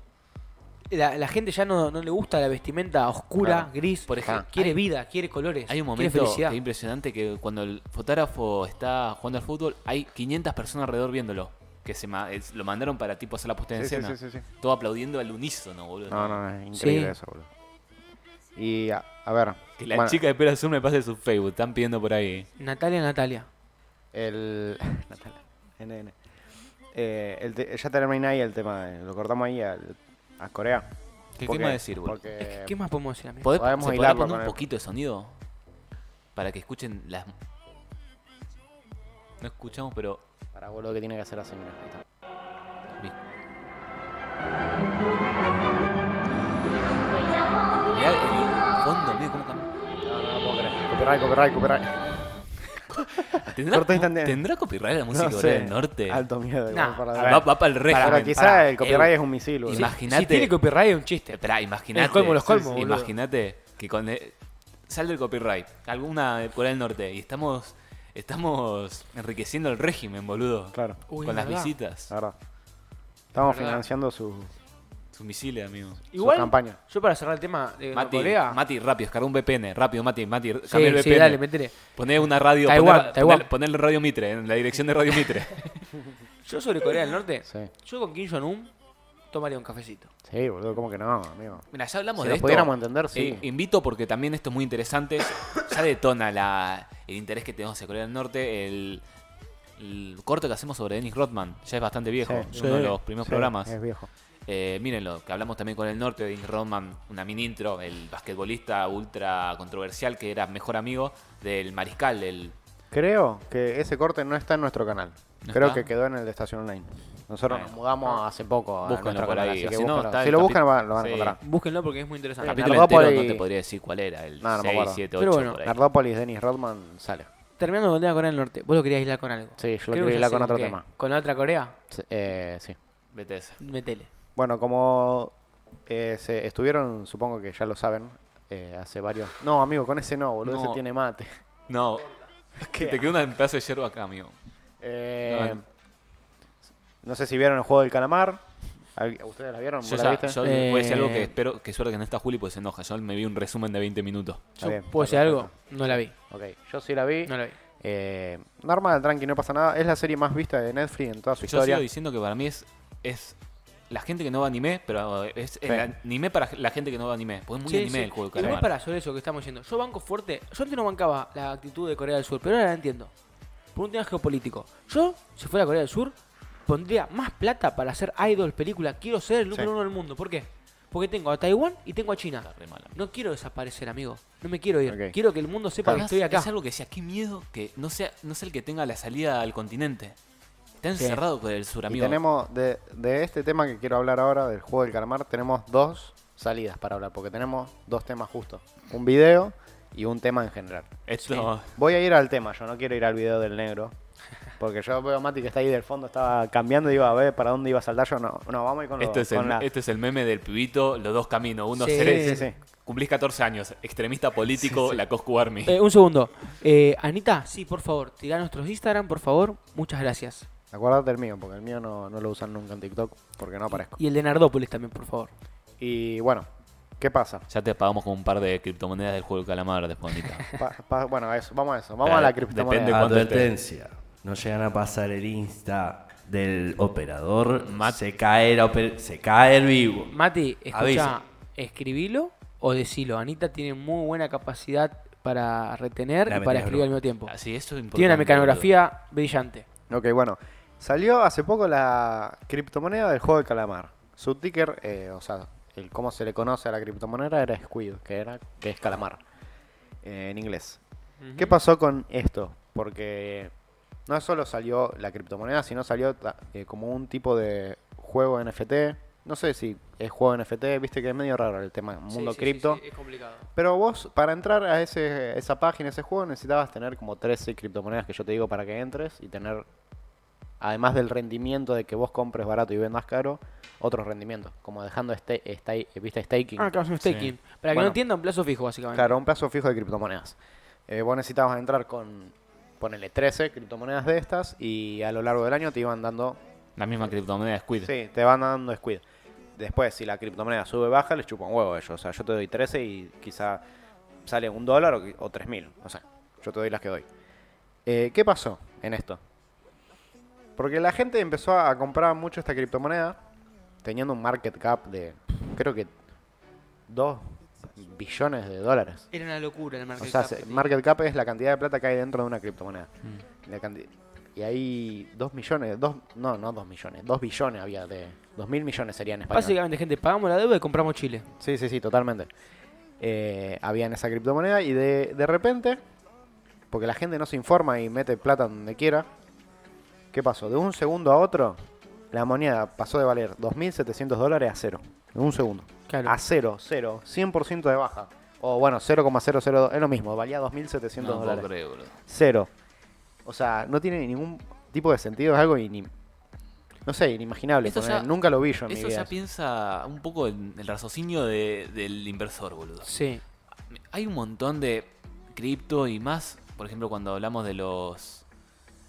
C: La, la gente ya no, no le gusta la vestimenta oscura,
A: Claro.
C: gris.
B: Por ejemplo,
C: quiere
B: hay-
C: vida, quiere colores.
B: Hay un
C: quiere
B: momento que
C: felicidad.
B: es impresionante que cuando el fotógrafo está jugando al fútbol, hay 500 personas alrededor viéndolo. Que se ma- es- lo mandaron para tipo hacer la puesta en
A: Sí, sí,
B: escena.
A: sí, sí, sí.
B: Todo aplaudiendo al unísono, boludo.
A: No, no, es increíble
C: Sí.
A: eso, boludo. Y a, a ver.
B: Que la
A: bueno,
B: chica de Pera Azul me pase su Facebook, están pidiendo por ahí.
C: Natalia, Natalia.
A: El. Natalia, NN. Eh, el te- ya termina ahí el tema. de- lo cortamos ahí al- a Corea.
B: ¿Qué- ¿Qué
A: Porque-
B: más decir, boludo?
A: Porque.
C: ¿Qué más podemos decir, amigo?
B: ¿Podés-
A: podemos
B: ¿Se podrá
A: hilarlo
B: poner
A: con
B: un
A: el-
B: poquito de sonido? Para que escuchen las... No escuchamos, pero...
A: Para boludo que tiene que hacer así, mira. ahí está.
B: vi- Mirá el fondo, amigo, cómo cambia.
A: No, no, no puedo creer. Copyright, copyright, copyright.
B: ¿Tendrá,
A: Corta instantánea.
B: ¿Tendrá copyright la música
A: No sé.
B: de Corea del Norte?
A: Alto miedo.
C: Nah.
A: igual, para
B: Ah,
A: ver.
B: Va, para el régimen.
A: Pero quizá
B: pará.
A: el copyright
B: Eh,
A: es un misil, boludo.
B: Imaginate.
C: Si tiene copyright es un chiste.
B: Esperá, imaginate.
C: El colmo de los
B: Eh, sí,
C: colmos,
B: sí,
C: boludo.
B: Imaginate que con eh, sale el copyright, alguna de Corea del Norte, y estamos estamos enriqueciendo el régimen, boludo.
A: Claro, Ah.
C: Uy,
B: con
C: es
B: las
C: verdad.
B: visitas,
A: la verdad. Estamos
C: Verdad.
A: financiando su,
B: sus misiles, amigo.
A: su campaña.
C: yo para cerrar el tema de
B: Mati,
C: Corea.
B: Mati, rápido, descarga un VPN, rápido, Mati, Mati,
C: sí,
B: cambia el
C: sí,
B: VPN.
C: dale, metele.
B: Poné una radio,
C: Taiwán,
B: poné- poné-
C: Taiwán.
B: poné Radio Mitre, en la dirección de Radio Mitre.
C: Yo sobre Corea del Norte,
A: Sí.
C: yo con Kim Jong-un tomaría un cafecito.
A: Sí, boludo, ¿cómo que no, amigo?
B: Mira, ya hablamos
A: Si
B: de
A: lo
B: esto.
A: pudiéramos entender, sí.
B: Eh, invito porque también esto es muy interesante. Ya detona la, el interés que tenemos en Corea del Norte. El, el corto que hacemos sobre Dennis Rodman ya es bastante viejo.
A: Sí.
B: es uno de los primeros
A: Sí,
B: programas.
A: Es viejo.
B: Eh, mírenlo, que hablamos también con el norte de Dennis Rodman, una mini intro, el basquetbolista ultra controversial que era mejor amigo del mariscal. El,
A: Creo que ese corte no está en nuestro canal.
B: ¿No
A: Creo
B: está?
A: que quedó en el de Estación Online. Nosotros
B: Bueno.
A: nos mudamos hace poco a
B: Búsquenlo
A: nuestro
B: por
A: canal,
B: ahí,
A: así
B: o
A: que
B: si no,
A: búsquenlo.
B: está
A: Si
B: el
A: lo buscan
B: capi-
A: van- lo van a
B: sí.
A: encontrar.
C: Búsquenlo porque es muy interesante.
A: Capit-
B: capítulo
A: Nardópolis-
B: entero no te podría decir cuál era, el
A: No, no me
B: 6,
A: acuerdo.
B: 7, 8.
C: Pero bueno,
B: por ahí.
A: Nardópolis, Denis Rodman sale.
C: Terminando con el tema de Corea del Norte, vos lo querías aislar con algo.
A: Sí, yo lo
C: Creo
A: quiero
C: que ya
A: hilar
C: sé
A: con otro
C: qué.
A: tema.
C: ¿Con la otra Corea?
A: Sí, eh, sí.
B: BTS.
C: Metele.
A: Bueno, como eh, se estuvieron, supongo que ya lo saben, eh, hace varios. No, amigo, con ese no, boludo,
B: No.
A: ese tiene mate.
B: No, que te quedó un pedazo de yerba acá, amigo.
A: Eh,
B: No,
A: no sé si vieron el juego del calamar. ¿Al- ¿Ustedes la vieron? ¿Vos
B: Yo,
A: la
B: ya-
A: viste?
B: yo
C: Eh,
B: voy a decir algo que espero que suerte que no está Juli porque se enoja. Yo me vi un resumen de 20 minutos.
C: Yo
A: bien,
C: puedo decir
A: está
C: algo, no la vi.
A: Ok, yo sí la vi.
C: No la vi.
A: Eh, normal, tranqui, no pasa nada. Es la serie más vista de Netflix en toda su
B: Yo
A: historia.
B: sigo diciendo que para mí es, es la gente que no ve anime, pero es el
A: Sí.
B: anime para la gente que no ve anime. Porque es muy
C: Sí,
B: anime
C: sí.
B: el juego de
C: Igual
B: calamar.
C: para sobre eso que estamos yendo. Yo banco fuerte. Yo antes no bancaba la actitud de Corea del Sur, pero ahora la entiendo. Por un tema geopolítico. Yo, si fuera Corea del Sur, pondría más plata para hacer idols, películas. Quiero ser el número
A: Sí.
C: uno del mundo. ¿Por qué? Porque tengo a Taiwán y tengo a China.
B: Está re mal, amigo.
C: No quiero desaparecer, amigo. No me quiero ir.
A: Ok.
C: Quiero que el mundo sepa
B: Además,
C: que estoy acá.
B: Es algo que decía, qué miedo que no sea, no sea el que tenga la salida al continente. Está encerrado con el sur,
A: Y
B: amigo.
A: tenemos, de, de este tema que quiero hablar ahora, del juego del calamar, tenemos dos salidas para hablar, porque tenemos dos temas justos. Un video y un tema en general.
B: Esto,
A: Voy a ir al tema, yo no quiero ir al video del negro. Porque yo veo a Mati que está ahí del fondo, estaba cambiando y iba a ver para dónde iba a saltar. Yo no, no vamos a ir con, los-
B: esto, Este es
A: con
B: el,
A: la-
B: esto es el meme del pibito, los dos caminos. Uno,
C: Sí,
A: sí,
B: ser-
A: sí.
B: cumplís 14 años, extremista político, la Coscu Army.
C: Eh, un segundo. Eh, Anita, sí, por favor. Tirá nuestros Instagram, por favor. Muchas gracias.
A: Acordate del mío, porque el mío no, no lo usan nunca en TikTok, porque no aparezco.
C: Y el de Nardópolis también, por favor.
A: Y bueno, ¿qué pasa?
B: Ya te pagamos con un par de criptomonedas del juego del calamar después, Anita.
A: Pa- pa- bueno, a eso, vamos a eso. Vamos
B: Claro,
A: a la
B: depende
A: criptomoneda.
B: cuánto
D: Advertencia. No llegan a pasar el Insta del operador.
B: Mat-
D: se, cae el oper- se cae el vivo.
C: Mati, escucha,
D: Avisa.
C: escribilo o decilo. Anita tiene muy buena capacidad para retener
D: La
C: y para
D: mentira,
C: escribir al
D: bro.
C: mismo tiempo.
A: Ah,
B: Así, eso es importante.
C: Tiene una mecanografía brillante.
A: Ok, bueno. Salió hace poco la criptomoneda del juego de calamar. Su ticker, eh, o sea, el cómo se le conoce a la criptomoneda era Squid, que, era, que es calamar eh, en inglés. ¿Qué pasó con esto? Porque no solo salió la criptomoneda, sino salió ta- eh, como un tipo de juego NFT. No sé si es juego NFT, viste que es medio raro el tema mundo cripto.
C: es complicado.
A: Pero vos, para entrar a ese, esa página, ese juego, necesitabas tener como 13 criptomonedas que yo te digo para que entres y tener, además del rendimiento de que vos compres barato y vendas caro, otros rendimientos, como dejando este, esta- eh, viste staking.
C: Ah, claro, es un staking.
B: Sí.
C: Para que
A: Bueno.
C: no entienda, un plazo fijo, básicamente.
A: Claro, un plazo fijo de criptomonedas. Eh, vos necesitabas entrar con, ponele 13 criptomonedas de estas y a lo largo del año te iban dando
B: La misma criptomoneda Squid.
A: Sí, te van dando squid. Después, si la criptomoneda sube o baja, les chupa un huevo a ellos. O sea, yo te doy 13 y quizá sale un dólar o, qui- o 3.000. O sea, yo te doy las que doy. Eh, ¿Qué pasó en esto? Porque la gente empezó a comprar mucho esta criptomoneda, teniendo un market cap de, creo que, 2 billones de dólares.
C: Era una locura el
A: O
C: market
A: sea,
C: cap
A: se-
C: que tenía.
A: market cap es la cantidad de plata que hay dentro de una criptomoneda.
C: Mm.
A: La canti- y hay 2 millones, dos, no, no 2 millones, 2 billones había de... 2 mil millones sería en español.
C: Básicamente, gente, pagamos la deuda y compramos Chile.
A: Sí, sí, sí, totalmente. Eh, había en esa criptomoneda y de, de repente, porque la gente no se informa y mete plata donde quiera, ¿qué pasó? De un segundo a otro, la moneda pasó de valer 2.700 dólares a cero. En un segundo.
C: Claro.
A: A cero, cero, 100% de baja. O bueno, 0,002, es lo mismo, valía 2.700
B: No, no
A: dólares.
B: creo, bro.
A: Cero. O sea, no tiene ningún tipo de sentido, es algo ini- no sé, inimaginable.
B: Eso
A: poner,
B: ya-
A: nunca lo vi yo en mi
B: Eso
A: vida.
B: ya piensa un poco en el raciocinio de- del inversor, boludo.
C: Sí.
B: Hay un montón de cripto y más. Por ejemplo, cuando hablamos de los.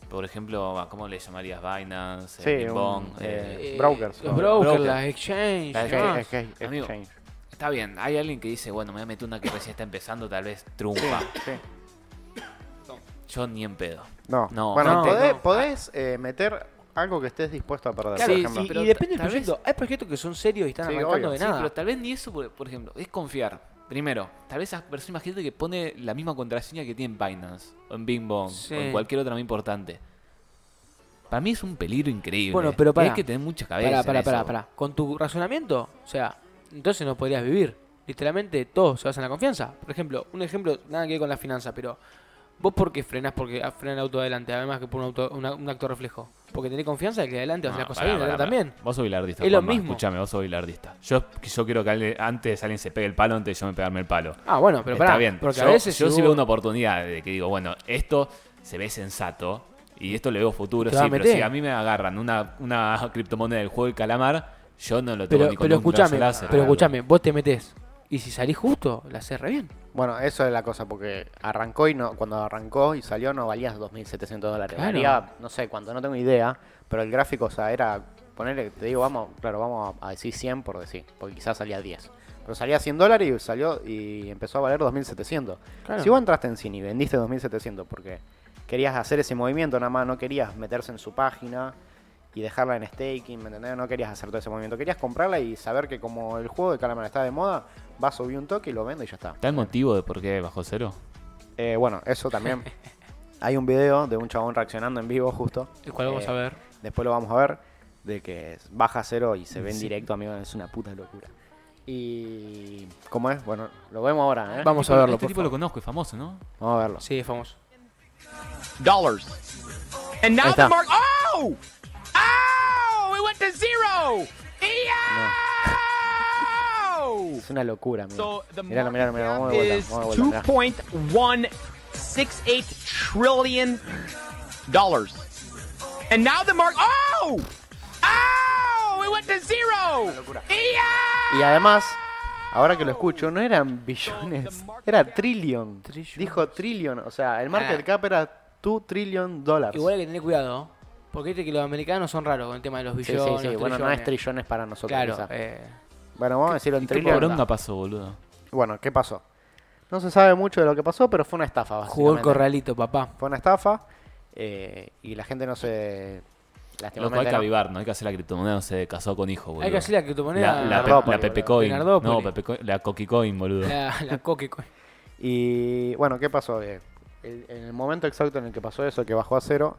B: Por ejemplo, ah, ¿cómo le llamarías? Binance,
A: Sí,
B: eh,
A: un,
B: Nippon,
A: eh,
B: eh,
A: brokers,
C: Los
A: ¿no?
C: brokers,
B: Brokers.
C: las exchange.
B: Las
A: Es que-
C: ¿no?
B: exchange.
A: es que- es
B: Amigo.
A: exchange.
B: Está bien, hay alguien que dice, bueno, me voy a meter una que recién está empezando, tal vez triunfa.
A: Sí.
B: Yo ni en pedo.
A: No.
B: No,
A: bueno,
C: no,
A: podés,
B: no.
A: podés, eh, meter algo que estés dispuesto a perder,
B: Claro,
A: por
B: sí,
A: ejemplo.
B: sí,
C: y
B: pero
C: depende del
B: tal vez-
C: proyecto. Hay proyectos que son serios y están
A: Sí,
C: arrancando
A: obvio.
C: de
B: Sí,
C: nada.
B: pero tal vez ni eso, por, por ejemplo, es confiar. Primero, tal vez esa persona, imagínate que pone la misma contraseña que tiene en Binance, o en Bing Bong,
C: Sí.
B: o en cualquier otra más importante. Para mí es un peligro increíble.
C: Bueno, pero
B: para
C: pará.
B: Hay que tener mucha cabeza.
C: Pará,
B: en
C: pará,
B: eso.
C: pará, pará. Con tu razonamiento, o sea, entonces no podrías vivir. Literalmente todo se basa en la confianza. Por ejemplo, un ejemplo, nada que ver con la finanza, pero vos por qué frenás porque ah, frena el auto adelante, además que por un, auto- una- un acto reflejo. Porque tenés confianza de que adelante vas a
B: No,
C: hacer las cosas
B: pará,
C: bien,
B: pará,
C: atrás
B: pará.
C: también.
B: Vos sois lardista.
C: Es lo
B: Juanma,
C: mismo.
B: Escuchame, vos soy lardista. Yo, yo quiero que alguien- antes alguien se pegue el palo, antes yo me pegarme el palo.
C: Ah, bueno, pero pará.
B: Está bien.
C: Porque
B: yo,
C: a veces.
B: yo
C: si
B: sí
C: vos-
B: veo una oportunidad de que digo, bueno, esto se ve sensato y esto le veo futuro,
C: Te
B: sí,
C: va a
B: pero
C: meter.
B: si a mí me agarran una, una criptomoneda del juego del calamar, yo no lo tengo
C: Pero,
B: ni con
C: pero
B: un brazo
C: escuchame,
B: láser,
C: pero
B: boludo.
C: escuchame, vos te metés. Y si salís justo, la haces re bien.
A: Bueno, eso es la cosa, porque arrancó y no, cuando arrancó y salió no valías 2.700 dólares.
C: Claro.
A: Valía, no sé, cuánto, no tengo idea, pero el gráfico, o sea, era Ponele, te digo, vamos, claro, vamos a, a decir 100 por decir, porque quizás salía 10. Pero salía 100 dólares y salió y empezó a valer 2700.
C: Claro.
A: Si vos entraste en Cine y vendiste 2700 porque querías hacer ese movimiento, nada más no querías meterse en su página y dejarla en staking, ¿me entendés? No querías hacer todo ese movimiento, querías comprarla y saber que como el juego de Calamar está de moda, vas a subir un toque y lo vendo y ya está.
B: ¿Está el motivo de por qué bajó cero?
A: Eh, bueno, eso también. Hay un video de un chabón reaccionando en vivo justo.
C: El cual vamos
A: Eh,
C: a ver.
A: Después lo vamos a ver. De que baja cero y se ve en
B: Sí.
A: directo, amigo. Es una puta locura. Y... ¿Cómo es? Bueno, lo vemos ahora, ¿eh?
C: Vamos a verlo,
B: Este
C: por
B: tipo lo
C: favor.
B: conozco, es famoso, ¿no?
A: Vamos a verlo.
C: Sí, es famoso.
E: dollars. And now
A: Ahí
E: the
A: está.
E: mark. Oh! Oh! It went to zero. EO!
A: Es una locura, amigo.
E: So the
A: Mirá, mirá,
E: market
A: mirá.
E: cap
A: Vamos de
E: is
A: vuelta, vamos de vuelta. mirá.
E: 2.168 trillion dollars. And now the mark. Oh! Oh! It went to zero. EO!
A: Y además, ahora que lo escucho, no eran billones. Era trillion.
C: Trillions.
A: Dijo trillion. O sea, el market
C: Ah.
A: cap era 2 trillion dólares.
C: Igual hay que tener cuidado, ¿no? porque viste que los americanos son raros con el tema de los
A: Sí,
C: billones.
A: sí,
C: los
A: sí. Bueno, no es
C: trillones.
A: trillones para nosotros.
C: Claro,
A: quizá.
C: eh,
A: Bueno, vamos a decirlo en
B: ¿Qué
A: trillion.
B: poronga pasó, boludo?
A: Bueno, ¿qué pasó? No se sabe mucho de lo que pasó, pero fue una estafa.
C: jugó el
A: básicamente.
C: corralito, papá.
A: Fue una estafa eh, y la gente no se.
B: Loco, hay
A: Lastimamente.
B: que
A: no-
B: avivar, no hay que hacer la criptomoneda, no se casó con hijo, boludo.
C: Hay que hacer la criptomoneda.
B: La, la, pe-
A: Nardópolis,
B: la Pepecoin.
C: boludo.
B: No, Pepecoin, la Coquicoin, boludo.
C: La, la Coquecoin.
A: Y bueno, ¿qué pasó? Eh, el- en el momento exacto en el que pasó eso, que bajó a cero,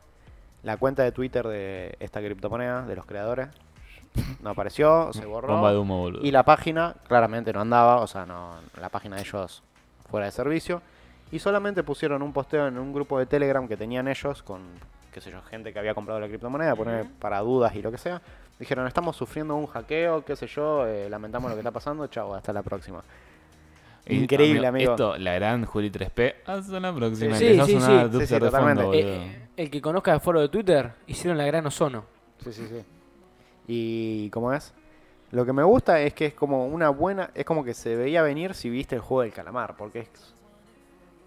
A: la cuenta de Twitter de esta criptomoneda, de los creadores, no apareció, se borró.
B: Bomba de humo, boludo.
A: Y la página claramente no andaba, o sea, no, la página de ellos fuera de servicio. Y solamente pusieron un posteo en un grupo de Telegram que tenían ellos con, qué sé yo, gente que había comprado la criptomoneda, poner para dudas y lo que sea. Dijeron, estamos sufriendo un hackeo, qué sé yo, eh, lamentamos lo que está pasando, chao, hasta la próxima.
B: Y,
A: Increíble, amigo.
B: Esto, la gran Juli 3P. Hasta la próxima.
A: Sí,
B: Sí, sí,
C: sí,
B: una
C: sí.
B: dubstep
A: Sí, sí,
B: de
A: totalmente.
B: fondo, boludo.
C: Eh, el que conozca el foro de Twitter hicieron la gran ozono.
A: Sí, sí, sí. ¿Y cómo es? Lo que me gusta es que es como una buena. Es como que se veía venir si viste el juego del calamar. Porque es-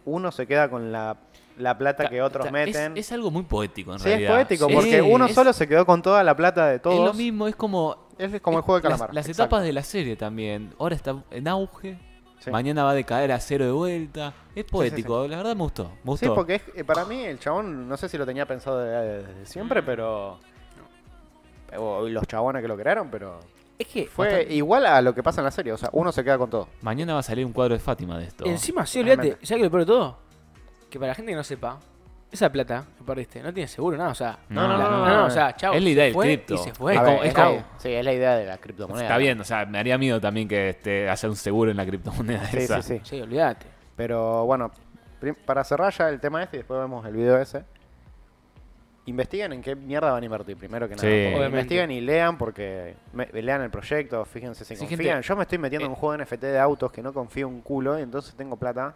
A: uno se queda con la, la plata que otros
B: O sea, es-
A: meten.
B: Es, algo muy poético, en
A: sí, es
B: realidad.
A: poético.
C: Sí,
A: porque uno
B: es-
A: solo se quedó con toda la plata de
B: Es lo
A: todos.
B: mismo, es como.
A: Es como el juego del
B: las-
A: calamar.
B: Las,
A: exacto.
B: etapas de la serie también. Ahora está en auge.
A: Sí.
B: Mañana va a decaer a cero de vuelta. Es poético, la verdad me gustó. Me
A: Sí,
B: gustó.
A: porque es- eh, para mí el chabón, no sé si lo tenía pensado desde, desde siempre, pero. O los chabones que lo crearon, pero.
C: Es que
A: Fue
C: bastante-
A: igual a lo que pasa en la serie. O sea, uno se queda con todo.
B: Mañana va a salir un cuadro de Fátima de esto.
C: encima, sí,
A: Realmente.
C: olvídate, ¿sabes qué lo peor de todo? Que para la gente que no sepa, esa plata que perdiste no tiene seguro, nada, o sea.
A: No, no,
B: la-
A: no,
C: No,
A: no,
C: no, o sea, chao.
B: Es la idea
C: se
B: del
C: fue
B: cripto.
C: Y se fue.
B: Es
A: A
B: como-
A: ver,
B: es
A: es la-
B: como-
A: sí, es la idea de la criptomoneda.
B: Está bien, o sea, me haría miedo también que este, hacer un seguro en la criptomoneda
A: Sí,
B: esa.
A: sí, sí.
C: Sí, olvídate.
A: Pero bueno, prim- para cerrar ya el tema este y después vemos el video ese. Investiguen en qué mierda van a invertir, primero que nada.
B: Sí.
A: porque
C: Obviamente.
A: Investiguen y lean porque me- lean el proyecto, fíjense si
B: Sí,
A: confían.
B: gente-
A: Yo me estoy metiendo en un juego NFT de autos que no confío un culo y entonces tengo plata.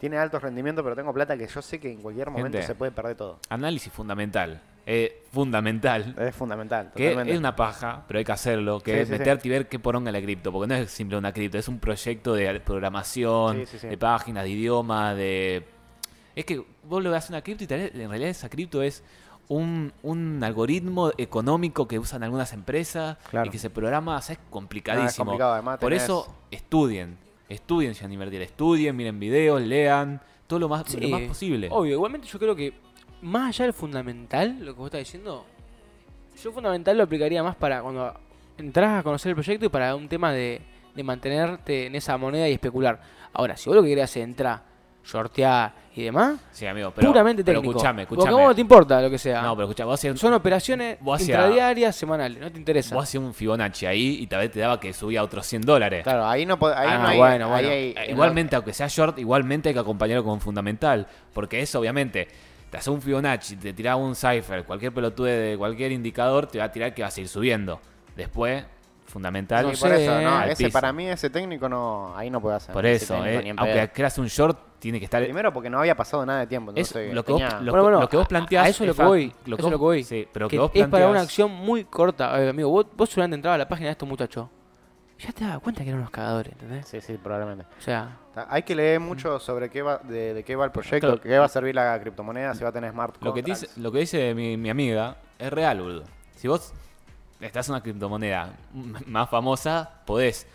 A: Tiene altos rendimientos, pero tengo plata que yo sé que en cualquier momento
B: Gente.
A: se puede perder todo.
B: Análisis fundamental. Eh, fundamental.
A: Es fundamental,
B: Que
A: totalmente.
B: es una paja, pero hay que hacerlo. Que
A: Sí,
B: es
A: sí, sí.
B: meterte y ver qué poronga la cripto. Porque no es simple una cripto, es un proyecto de programación,
A: Sí, sí, sí.
B: de páginas, de idioma, de. Es que vos lo ves una cripto y tal vez- en realidad esa cripto es un, un algoritmo económico que usan algunas empresas
A: Claro. Ah,
B: y que se programa, o sea, es complicadísimo.
A: complicado, además
B: Por
A: tenés-
B: eso estudien, estudien ya invertir, estudien, miren videos, lean, todo lo más, lo
C: Sí,
B: más posible.
C: Obvio, igualmente yo creo que más allá del fundamental, lo que vos estás diciendo, yo fundamental lo aplicaría más para cuando entras a conocer el proyecto y para un tema de, de mantenerte en esa moneda y especular. Ahora, si vos lo que querés es entrar, shortear y demás,
B: Sí, amigo, pero,
C: puramente
B: pero
C: técnico.
B: escuchame,
C: Porque a vos no te
B: escuchame.
C: importa lo que sea.
B: No, pero escuchá, vos hacías-
C: Son operaciones
B: Vos hacia-
C: intradiarias, semanales, no te interesa.
B: Vos hacías un Fibonacci ahí y tal vez te daba que subía otros 100 dólares.
A: Claro, ahí no, po- ahí
C: Ah,
A: no hay-
C: bueno,
A: ahí
C: bueno.
A: hay-
B: Eh, igualmente, aunque sea short, igualmente hay que acompañarlo con fundamental. Porque eso, obviamente, te hace un Fibonacci, te tiraba un cipher, cualquier pelotude de cualquier indicador te va a tirar que vas a ir subiendo. Después, fundamental.
C: No
A: Sí, por
C: sé,
A: eso, no, eh,
B: al
A: ese
B: piso.
A: para mí, ese técnico no, ahí no puede hacer.
B: Por
A: ese
B: eso,
A: técnico
B: eh,
A: ni en pedo.
B: aunque creas un short, tiene que estar.
A: Primero porque no había pasado nada de tiempo.
B: Es
A: Entonces
B: lo que, vos,
A: tenía-
B: lo,
C: Bueno,
B: que-
C: bueno,
B: lo que vos
C: a-
B: planteás.
C: a eso es lo que
B: fac-
C: voy, eso es lo que voy.
B: Sí, pero lo
C: que
B: que vos
C: es para una
B: planteás-
C: acción muy corta. A ver, amigo, vos, vos seguramente entrabas a la página de estos muchachos. Ya te dabas cuenta que eran unos cagadores, ¿entendés?
A: Sí, sí, probablemente.
C: O sea,
A: Ta- Hay que leer mucho sobre qué va, de, de qué va el proyecto,
B: Claro.
A: qué va a servir la criptomoneda, si va a tener smart
B: Lo que,
A: contracts.
B: dice, lo que dice mi, mi amiga es real, boludo. Si vos estás en una criptomoneda m- más famosa, podés,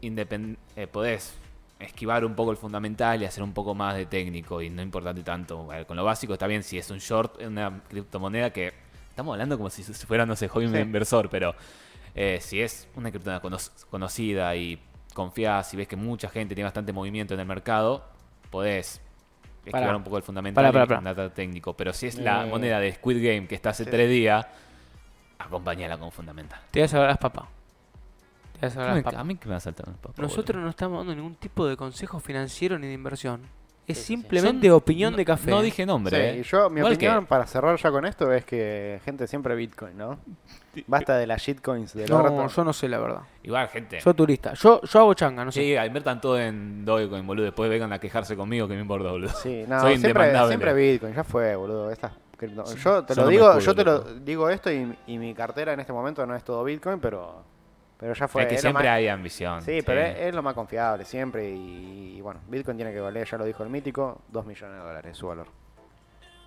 B: independ- eh, podés esquivar un poco el fundamental y hacer un poco más de técnico y no importante tanto. a ver, con lo básico está bien si es un short en una criptomoneda que estamos hablando como si fuera, no sé, hobby
A: Sí.
B: inversor, pero eh, si es una criptomoneda cono- conocida y confías y ves que mucha gente tiene bastante movimiento en el mercado, podés esquivar
C: Pará.
B: un poco el fundamental
C: Pará, pará,
B: y
C: pará.
B: andar al técnico. Pero si es la
C: Eh.
B: moneda de Squid Game que está hace tres días, acompañala con fundamental.
C: Te vas a hablar papá. Te vas a
B: A
C: hablar
B: mí,
C: papá.
B: que me va a saltar un poco,
C: Nosotros
B: boludo.
C: no estamos dando ningún tipo de consejo financiero ni de inversión. Es
A: Sí, sí, sí.
C: simplemente
B: Yo
C: opinión
B: no-
C: de café.
B: No dije nombre.
A: Sí,
B: eh.
A: y yo, mi
B: Igual que-
A: opinión para cerrar ya con esto es que gente siempre Bitcoin, ¿no? Basta de las shitcoins del orto.
C: No, yo no sé la verdad.
B: Igual, gente.
C: Yo turista. Yo, yo hago changa, no sé.
B: Sí, invertan todo en Dogecoin, boludo. Después vengan a quejarse conmigo que me importa, boludo.
A: Sí, no,
B: Soy
A: siempre,
B: indemandable.
A: siempre Bitcoin, ya fue, boludo. Estas cripto- Yo te
B: yo
A: lo
B: no me
A: digo,
B: escudo,
A: yo te lo
B: loco.
A: digo esto y, y mi cartera en este momento no es todo Bitcoin, pero, pero ya
B: O
A: fue.
B: sea, que
A: es lo
B: siempre
A: más-
B: hay ambición.
A: Sí, pero es, es lo más confiable siempre y, y bueno, Bitcoin tiene que valer, ya lo dijo el mítico, 2 millones de dólares su valor.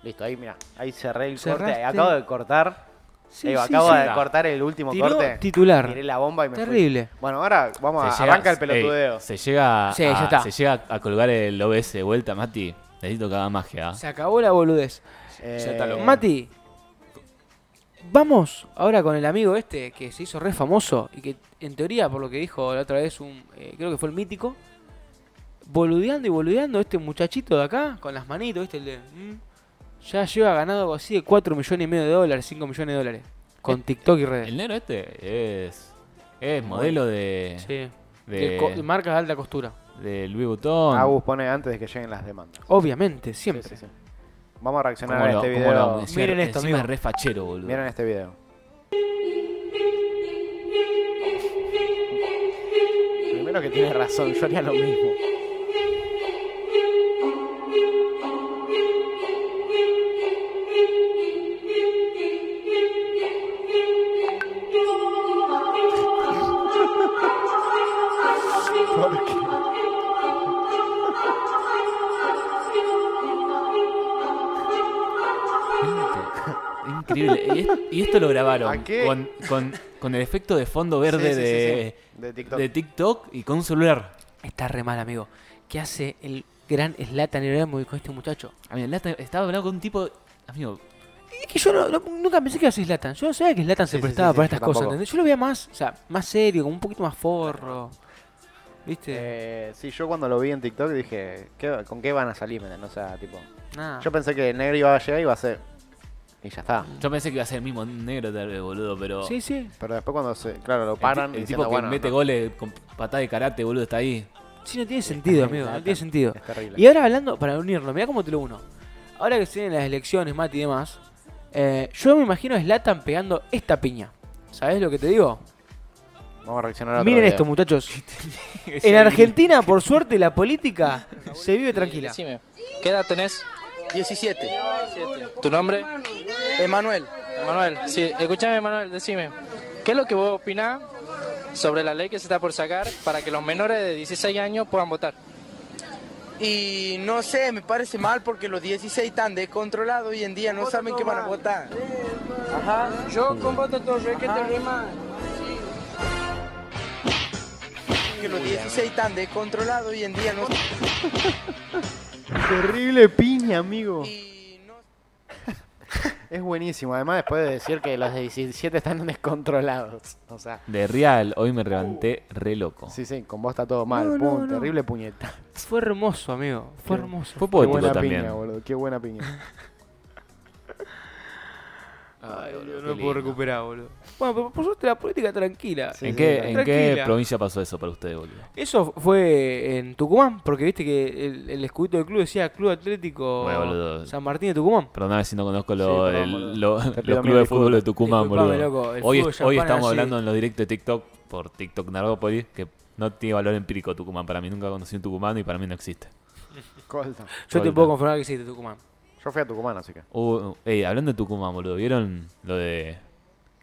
A: Listo, ahí mira, ahí cerré el corte,
C: Cerraste.
A: acabo de cortar.
C: Sí,
A: Digo,
C: sí,
A: acabo
C: sí.
A: de cortar el último
C: Tiró
A: corte.
C: titular.
A: Tiré la bomba y me fui.
C: Terrible.
A: Bueno, ahora vamos a
B: Se
A: arranca el
B: ey,
A: pelotudeo.
B: se llega,
C: Sí,
B: a,
C: ya está.
B: se llega a colgar el OBS de vuelta, Mati. Necesito que haga magia.
C: Se acabó la boludez.
B: ya está lo-
A: Eh,
C: Mati, vamos ahora con el amigo este que se hizo re famoso y que en teoría, por lo que dijo la otra vez, un, eh, creo que fue el mítico, boludeando y boludeando este muchachito de acá, con las manitos, ¿viste? El de, mm, ya lleva ganado algo así de 4 millones y medio de dólares, 5 millones de dólares, con TikTok y redes.
B: El negro este es, es modelo de,
C: Sí. De co- de
B: de,
C: marcas de alta costura.
B: de Louis Vuitton.
A: Agus pone antes de que lleguen las demandas.
C: Obviamente, siempre.
A: Sí, sí, sí. Vamos a reaccionar
B: ¿Cómo
A: a
B: lo-
A: este
B: cómo lo-
A: video.
B: encima-
C: Miren esto,
B: encima
C: amigo.
B: es re fachero, boludo.
A: Miren este video. Primero que tienes razón, yo haría lo mismo. ¿Por qué?
B: Este, Increíble. Y, es- y esto lo
A: ¿A
B: grabaron
A: qué?
B: con, con- con el efecto de fondo
A: Sí,
B: verde
A: sí, sí, sí.
B: de,
A: De TikTok.
B: TikTok y con un celular.
C: Está re mal, amigo. ¿Qué hace el gran Slatan Ibrahimovic con este muchacho?
B: Amigo, Lata estaba hablando con un tipo. Amigo,
C: Es que yo no- no- nunca pensé que iba a ser Zlatan. Yo no sabía que Zlatan
A: Sí,
C: se
A: sí,
C: prestaba
A: sí,
C: para
A: sí,
C: estas
A: yo
C: cosas,
A: tampoco.
C: ¿entendés? Yo lo veía más, o sea, más serio, como un poquito más forro. ¿Viste?
A: Eh, sí, yo cuando lo vi en TikTok dije, ¿qué- ¿con qué van a salir? ¿me entendés? O sea, tipo,
B: Ah.
C: Nada.
A: yo pensé que el negro iba a llegar y iba a ser. Y ya está.
B: yo pensé que iba a ser el mismo negro tal vez, boludo, pero.
C: Sí, sí.
A: Pero después cuando se, claro, lo
B: el ti-
A: paran
B: El,
A: diciendo,
B: tipo que
A: bueno,
B: mete
A: no,
B: goles con patada de karate, boludo, está ahí.
C: Sí, no tiene sentido, amigo. No
A: Zlatan.
C: tiene sentido.
A: es terrible.
C: Y ahora hablando, para unirlo, mira cómo te lo uno. Ahora que se vienen las elecciones, Mati y demás, eh, yo me imagino a Zlatan pegando esta piña. ¿Sabés lo que te digo?
A: Vamos a reaccionar a otro
C: Miren
A: video.
C: esto, muchachos. en Argentina, por suerte, la política se vive tranquila.
F: Decime, ¿qué edad tenés? 17. ¿Tu nombre? Emanuel. Emanuel, sí, escúchame Emanuel, decime, ¿qué es lo que vos opinás sobre la ley que se está por sacar para que los menores de 16 años puedan votar?
G: Y no sé, me parece mal porque los 16 están descontrolados hoy en día, no saben qué van a votar. Mm.
F: Yo con voto todo que te
G: Que los 16 están descontrolados hoy en día, no
A: Terrible piña, amigo.
G: y no-
A: Es buenísimo. Además, después de decir que los de 17 están descontrolados. O sea,
B: De Real, hoy me levanté re loco.
A: sí, sí, con vos está todo mal.
C: No, no,
A: Pum,
C: no.
A: terrible puñeta.
C: Fue hermoso, amigo. Fue
A: Qué-
C: hermoso.
B: Fue
A: Qué
B: poético
A: buena
B: también.
A: piña, boludo. Qué buena piña.
B: Ay, boludo,
C: Yo
B: qué
C: no lo
B: lindo.
C: puedo recuperar, boludo. Bueno, pero por suerte la política tranquila.
A: Sí.
B: ¿En, qué,
A: sí,
B: ¿en
C: tranquila.
B: qué provincia pasó eso para ustedes, boludo?
C: Eso fue en Tucumán, porque viste que el, el escudito del club decía Club Atlético
B: Bueno, boludo.
C: San Martín de Tucumán.
B: Perdóname si no conozco
A: Sí,
B: lo,
A: perdón,
B: el-
A: boludo.
B: lo-
A: Te
B: los
A: pido
B: clubes
A: mil
B: de fútbol de
A: disculpas.
B: Tucumán,
C: Disculpame,
B: boludo.
C: loco, el
B: hoy
C: fútbol
B: es- hoy
C: champán
B: estamos
C: así.
B: hablando en los directos de TikTok por TikTok Nardópolis, que no tiene valor empírico Tucumán. Para mí nunca conocí un tucumano y para mí no existe.
A: Colta.
C: Yo te
B: Colta.
C: puedo confirmar que sí, de Tucumán.
A: Yo fui a Tucumán, así que.
B: Uh, ey, hablando de Tucumán, boludo, ¿vieron lo de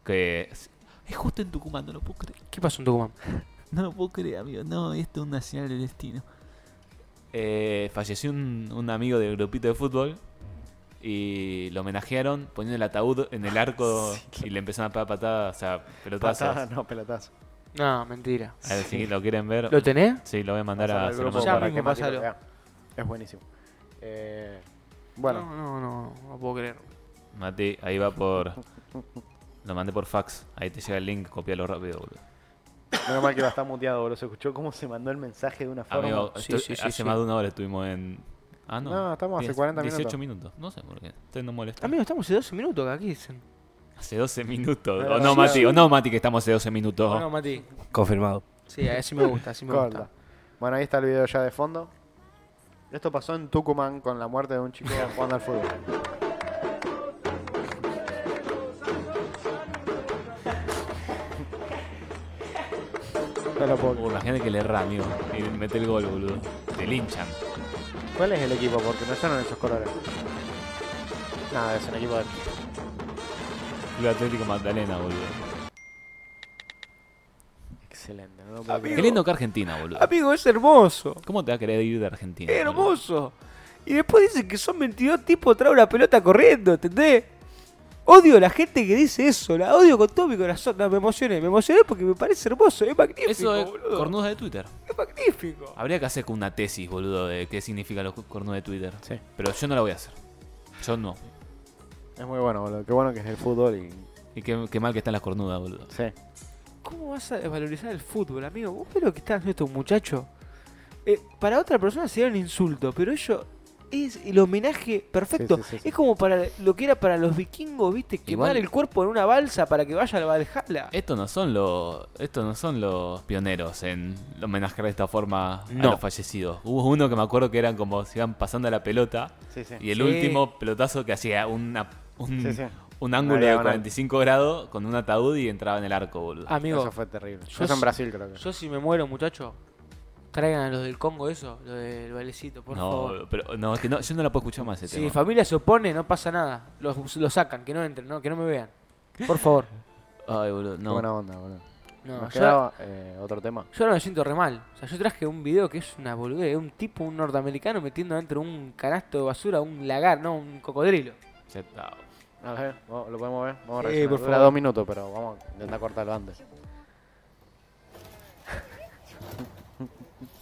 B: que es, es justo en Tucumán? No lo puedo creer.
C: ¿Qué pasó en Tucumán?
B: No lo puedo creer, amigo. No, esto es un nacional del destino. Eh, falleció un, un amigo del grupito de fútbol y lo homenajearon poniendo el ataúd en el arco y le empezaron a pegar patadas, o sea, pelotazos.
A: Patada, no, pelotazo.
C: No, mentira.
B: A ver si lo quieren ver.
C: ¿Lo tenés?
B: Sí, lo voy a mandar
A: Pasalo
B: a
A: al
B: se lo
A: grupo
B: mando
C: Ya
B: para-
A: para que
C: mismo,
A: Mati lo
C: pasalo.
A: vea. Es buenísimo. Eh, bueno,
C: No, no, no, no puedo creer.
B: Mati, ahí va por. Lo mandé por fax. Ahí te llega el link, copialo rápido, boludo.
A: menos mal que va a estar muteado, boludo. Se escuchó cómo se mandó el mensaje de una forma.
B: Amigo,
C: Sí,
B: estoy-
C: sí, sí,
B: hace
C: sí.
B: más de una hora estuvimos en. Ah, no.
A: No, estamos hace 40 minutos.
B: 18 minutos. No sé por qué. Ustedes no molestan.
C: Amigo, estamos hace 12 minutos acá, ¿qué dicen?
B: Hace 12 minutos.
A: Pero
B: O no,
A: sí,
B: Mati.
A: sí.
B: O no, Mati, que estamos hace 12 minutos.
C: Bueno, Mati.
D: Confirmado.
C: Sí, así me gusta, así me
A: Corta.
C: gusta.
A: Bueno, ahí está el video ya de fondo. Esto pasó en Tucumán con la muerte de un chico jugando al fútbol. No lo puedo creer.
B: Por la gente que le erra, amigo. Y mete el gol, boludo. Te linchan.
A: ¿Cuál es el equipo? Porque no son esos colores. Nada, es un equipo de...
B: Club Atlético Magdalena, boludo.
A: Excelente, no lo puedo creer.
B: Qué lindo que Argentina, boludo.
C: Amigo, es hermoso.
B: ¿Cómo te va a querer ir de Argentina?
C: Es
B: boludo?
C: hermoso. Y después dicen que son 22 tipos trae una pelota corriendo, ¿entendés? Odio a la gente que dice eso, la odio con todo mi corazón. No, me emocioné, me emocioné porque me parece hermoso, es magnífico,
B: Eso es
C: boludo.
B: cornuda de Twitter.
C: Es magnífico.
B: Habría que hacer con una tesis, boludo, de qué significa los cornudos de Twitter.
A: Sí.
B: Pero yo no la voy a hacer. Yo no.
A: Es muy bueno, boludo. Qué bueno que es el fútbol y...
B: Y qué, qué mal que están las cornudas, boludo.
A: Sí.
C: ¿Cómo vas a desvalorizar el fútbol, amigo? ¿Vos ves lo que están haciendo estos muchachos? Eh, para otra persona sería un insulto, pero ellos es el homenaje perfecto.
A: Sí, sí, sí, sí.
C: Es como para lo que era para los vikingos, ¿viste? Quemar
B: Igual-
C: el cuerpo en una balsa para que vaya al Valhalla.
A: Eh,
B: Estos no son los, estos no son los pioneros en homenajear de esta forma a
C: No.
B: los fallecidos. Hubo uno que me acuerdo que eran como se iban pasando la pelota
A: Sí, sí.
B: y el
C: Sí.
B: último pelotazo que hacía una, un,
A: Sí, sí.
B: un ángulo de
A: diagonal.
B: 45 grados con un ataúd y entraba en el arco, boludo.
C: Amigo,
A: Eso fue terrible.
C: yo
A: Eso en
C: sí-
A: Brasil creo que.
C: yo si me muero, muchacho, traigan a los del Congo eso, los del valecito, por favor.
B: no, pero no, es que no, yo no la puedo escuchar más ese
C: Si mi
B: tema.
C: familia se opone, no pasa nada. Los, los sacan, que no entren, no, que no me vean. Por favor.
B: Ay, boludo,
A: Qué
B: no.
A: buena onda, boludo.
C: No,
A: Nos
C: yo-
A: quedaba eh, otro tema.
C: Yo ahora me siento re mal. O sea, yo traje un video que es una boludez. Un tipo, un norteamericano, metiendo dentro de un canasto de basura un lagar, no, un cocodrilo.
B: Ya está.
A: A ver, ¿vo- ¿lo podemos ver? Vamos a
C: Sí,
A: reaccionar.
C: por
A: Dura
C: favor.
A: dos minutos, pero vamos a intentar cortarlo antes.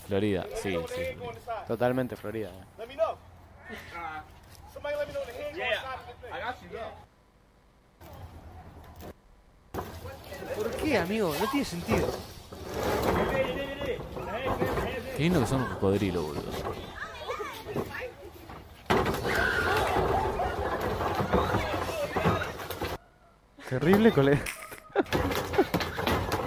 B: Florida, sí, sí. Florida.
A: Totalmente Florida. eh.
C: ¿Por qué, amigo? No tiene sentido.
B: Qué lindo que son los cocodrilos, boludo.
A: Terrible, colega.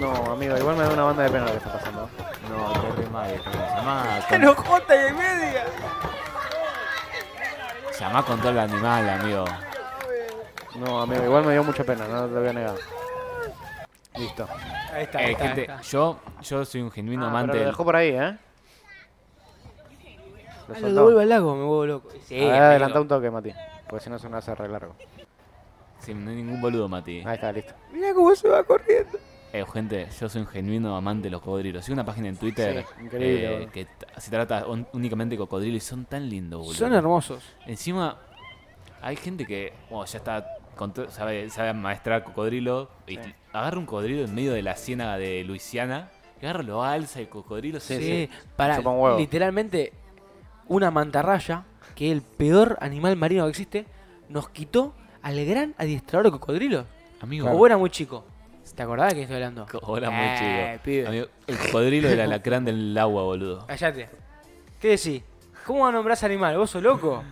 A: no, amigo, igual me da una banda de pena lo que está pasando.
B: No, qué re mal, qué mal. Llamá con-
C: ¡Pero Jota y media!
B: llamá con todo el animal, amigo.
A: No, amigo, igual me dio mucha pena, no te lo voy a negar. Listo.
C: Ahí está,
B: Eh,
C: ahí está,
B: gente,
C: ahí está.
B: yo, yo soy un genuino
A: Ah,
B: amante
A: pero lo
B: del-
A: dejó por ahí, ¿eh? Lo
C: Ah, lo
A: soltó.
C: devuelve al lago, me vuelvo loco. Sí,
A: A ver,
C: amigo.
A: adelanta un toque, Mati. Porque si no se nos hace re largo.
B: sin ningún boludo, Mati.
A: Ahí está, listo.
C: Mirá cómo se va corriendo.
B: Eh, gente, yo soy un genuino amante de los cocodrilos. Soy una página en Twitter
A: Sí, increíble,
B: eh,
A: boludo.
B: que t- se trata un- únicamente de cocodrilos y son tan lindos, boludo.
C: Son hermosos.
B: Encima, hay gente que bueno, ya está con to- sabe, sabe maestrar cocodrilo. Y agarra un cocodrilo en medio de la ciénaga de Luisiana. Y agarra, lo alza el cocodrilo.
C: Sí,
B: se-
C: pará,
A: Chupa un huevo.
C: literalmente una mantarraya, que es el peor animal marino que existe, nos quitó al gran adiestrador de cocodrilos.
B: Amigo,
C: O era muy chico. ¿Te acordás de que estoy hablando?
B: Hola, muy
C: Eh,
B: chido.
C: pibe.
B: Amigo, el cocodrilo era la alacrán del agua, boludo.
C: Cállate. ¿Qué decís? ¿Cómo nombrás animal? ¿Vos sos loco?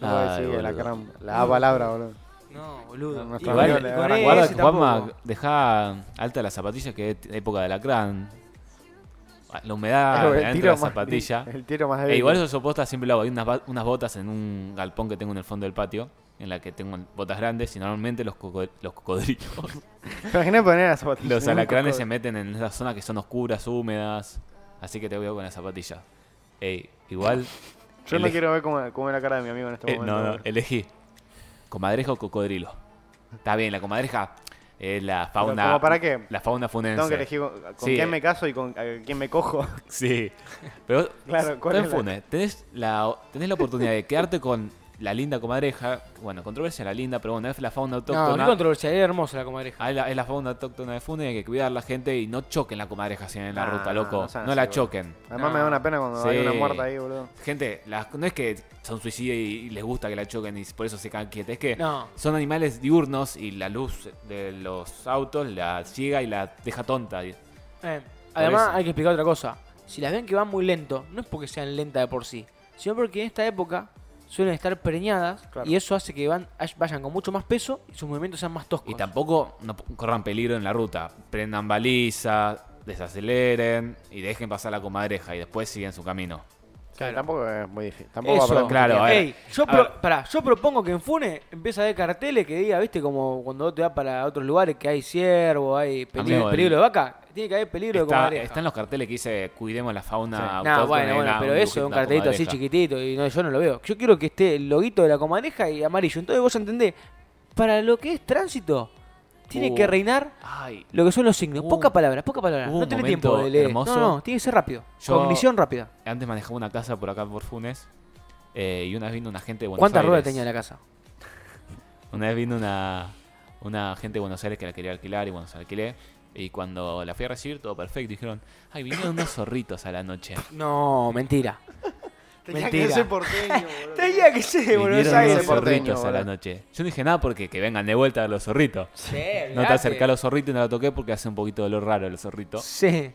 A: No voy a
B: Ay,
A: decir la,
B: boludo.
A: cram- la A palabra, boludo.
C: No, boludo.
A: No, no está
C: Igual,
A: bien,
C: con
A: le van a
C: ese
B: Eh, Guarda,
C: tampoco.
B: Juanma, dejá alta las zapatillas que es época de alacrán. Ah, La humedad
A: Pero
B: adentro de la zapatilla.
A: El tiro más débil.
B: E igual eso yo posta siempre lo hago. Hay unas, ba- unas botas en un galpón que tengo en el fondo del patio, en la que tengo botas grandes y normalmente los, coco- los cocodrilos,
A: Imagina poner las zapatillas.
B: los
A: en un
B: alacranes se
A: cocodrilo.
B: meten en esas zonas que son oscuras, húmedas. Así que te veo con las zapatillas. Ey, igual...
A: Yo no
B: elegí-
A: quiero ver cómo, cómo es la cara de mi amigo en este
B: eh,
A: momento.
B: no, no,
A: boludo.
B: elegí. ¿Comadreja o cocodrilo? Está bien, la comadreja es la fauna...
A: ¿como para qué?
B: La fauna funense.
A: Tengo que elegir con, con
B: Sí.
A: quién me caso y con a quién me cojo.
B: Sí. Pero
A: Claro, ¿cuál
B: está en
A: es la-
B: Funes. Tenés la, tenés la oportunidad de quedarte con la linda comadreja, bueno, controversia la linda, pero bueno, es la fauna
C: No,
B: autóctona.
C: no controversia, era hermosa la comadreja.
B: Ah, es la, es la fauna autóctona de Fune, hay que cuidar la gente y no choquen la comadreja si en la
A: No,
B: ruta,
A: no,
B: loco.
A: no
B: No,
A: sean
B: la
A: así, boludo.
B: choquen.
A: Además me da una pena cuando hay
B: Sí.
A: una muerta ahí, boludo.
B: Gente, las- no es que son suicidas y, y les gusta que la choquen y por eso se quedan quietas. Es que
C: No.
B: son animales diurnos y la luz de los autos la ciega y la deja tonta. Y-
C: Eh, además,
B: eso.
C: hay que explicar otra cosa. Si las ven que van muy lento, no es porque sean lentas de por sí, sino porque en esta época suelen estar preñadas
A: Claro.
C: y eso hace que van, ay- vayan con mucho más peso y sus movimientos sean más toscos.
B: Y tampoco no p- corran peligro en la ruta. Prendan baliza, desaceleren y dejen pasar la comadreja y después siguen su camino.
A: Sí, tampoco es muy difícil. Tampoco va a
C: Eso,
A: perder
B: claro,
A: mucho
B: a ver.
C: Ey, yo,
B: a ver.
C: pro- pará, yo propongo que en Fune empiece a ver carteles que diga, viste, como cuando vos te vas para otros lugares que hay ciervo, hay peligro,
B: Amigo, el-
C: peligro de vaca, tiene que haber peligro de
B: Está,
C: comadreja.
B: está en los carteles que dice cuidemos la fauna. autóctona
C: No,
B: y
C: bueno, bueno,
B: una-
C: pero
B: un
C: eso es
B: dibujito,
C: un
B: una
C: cartelito así
B: comadreja.
C: chiquitito y no, yo no lo veo. Yo quiero que esté el loguito de la comadreja y amarillo. Entonces vos entendés, para lo que es tránsito, tiene
B: Uh.
C: que reinar
B: Ay,
C: lo que son los signos.
B: Hubo
C: Pocas
B: un-
C: palabras, pocas palabras.
B: hubo
C: No
B: un
C: tenés
B: momento
C: tiempo de leer.
B: hermoso.
C: No, no, tiene que ser rápido.
B: Yo-
C: Cognición rápida.
B: antes manejaba una casa por acá por Funes eh, y una vez vino una gente de Buenos
C: ¿Cuántas
B: Aires.
C: ruedas tenía la casa?
B: Una vez vino una, una gente de Buenos Aires que la quería alquilar y bueno, se la alquilé. Y cuando la fui a recibir, todo perfecto. Dijeron, ay, vinieron unos zorritos a la noche.
C: No, mentira.
A: Tenía que
C: Mentira.
A: ser porteño, boludo.
C: Tenía que ser,
B: Vinieron
A: Buenos Aires,
B: unos
A: porteño,
B: zorritos a
A: boludo.
B: la noche. Yo no dije nada porque que vengan de vuelta los zorritos. No te acercás a los zorritos y no la toqué porque hace un poquito de olor raro el zorrito.
C: Sí.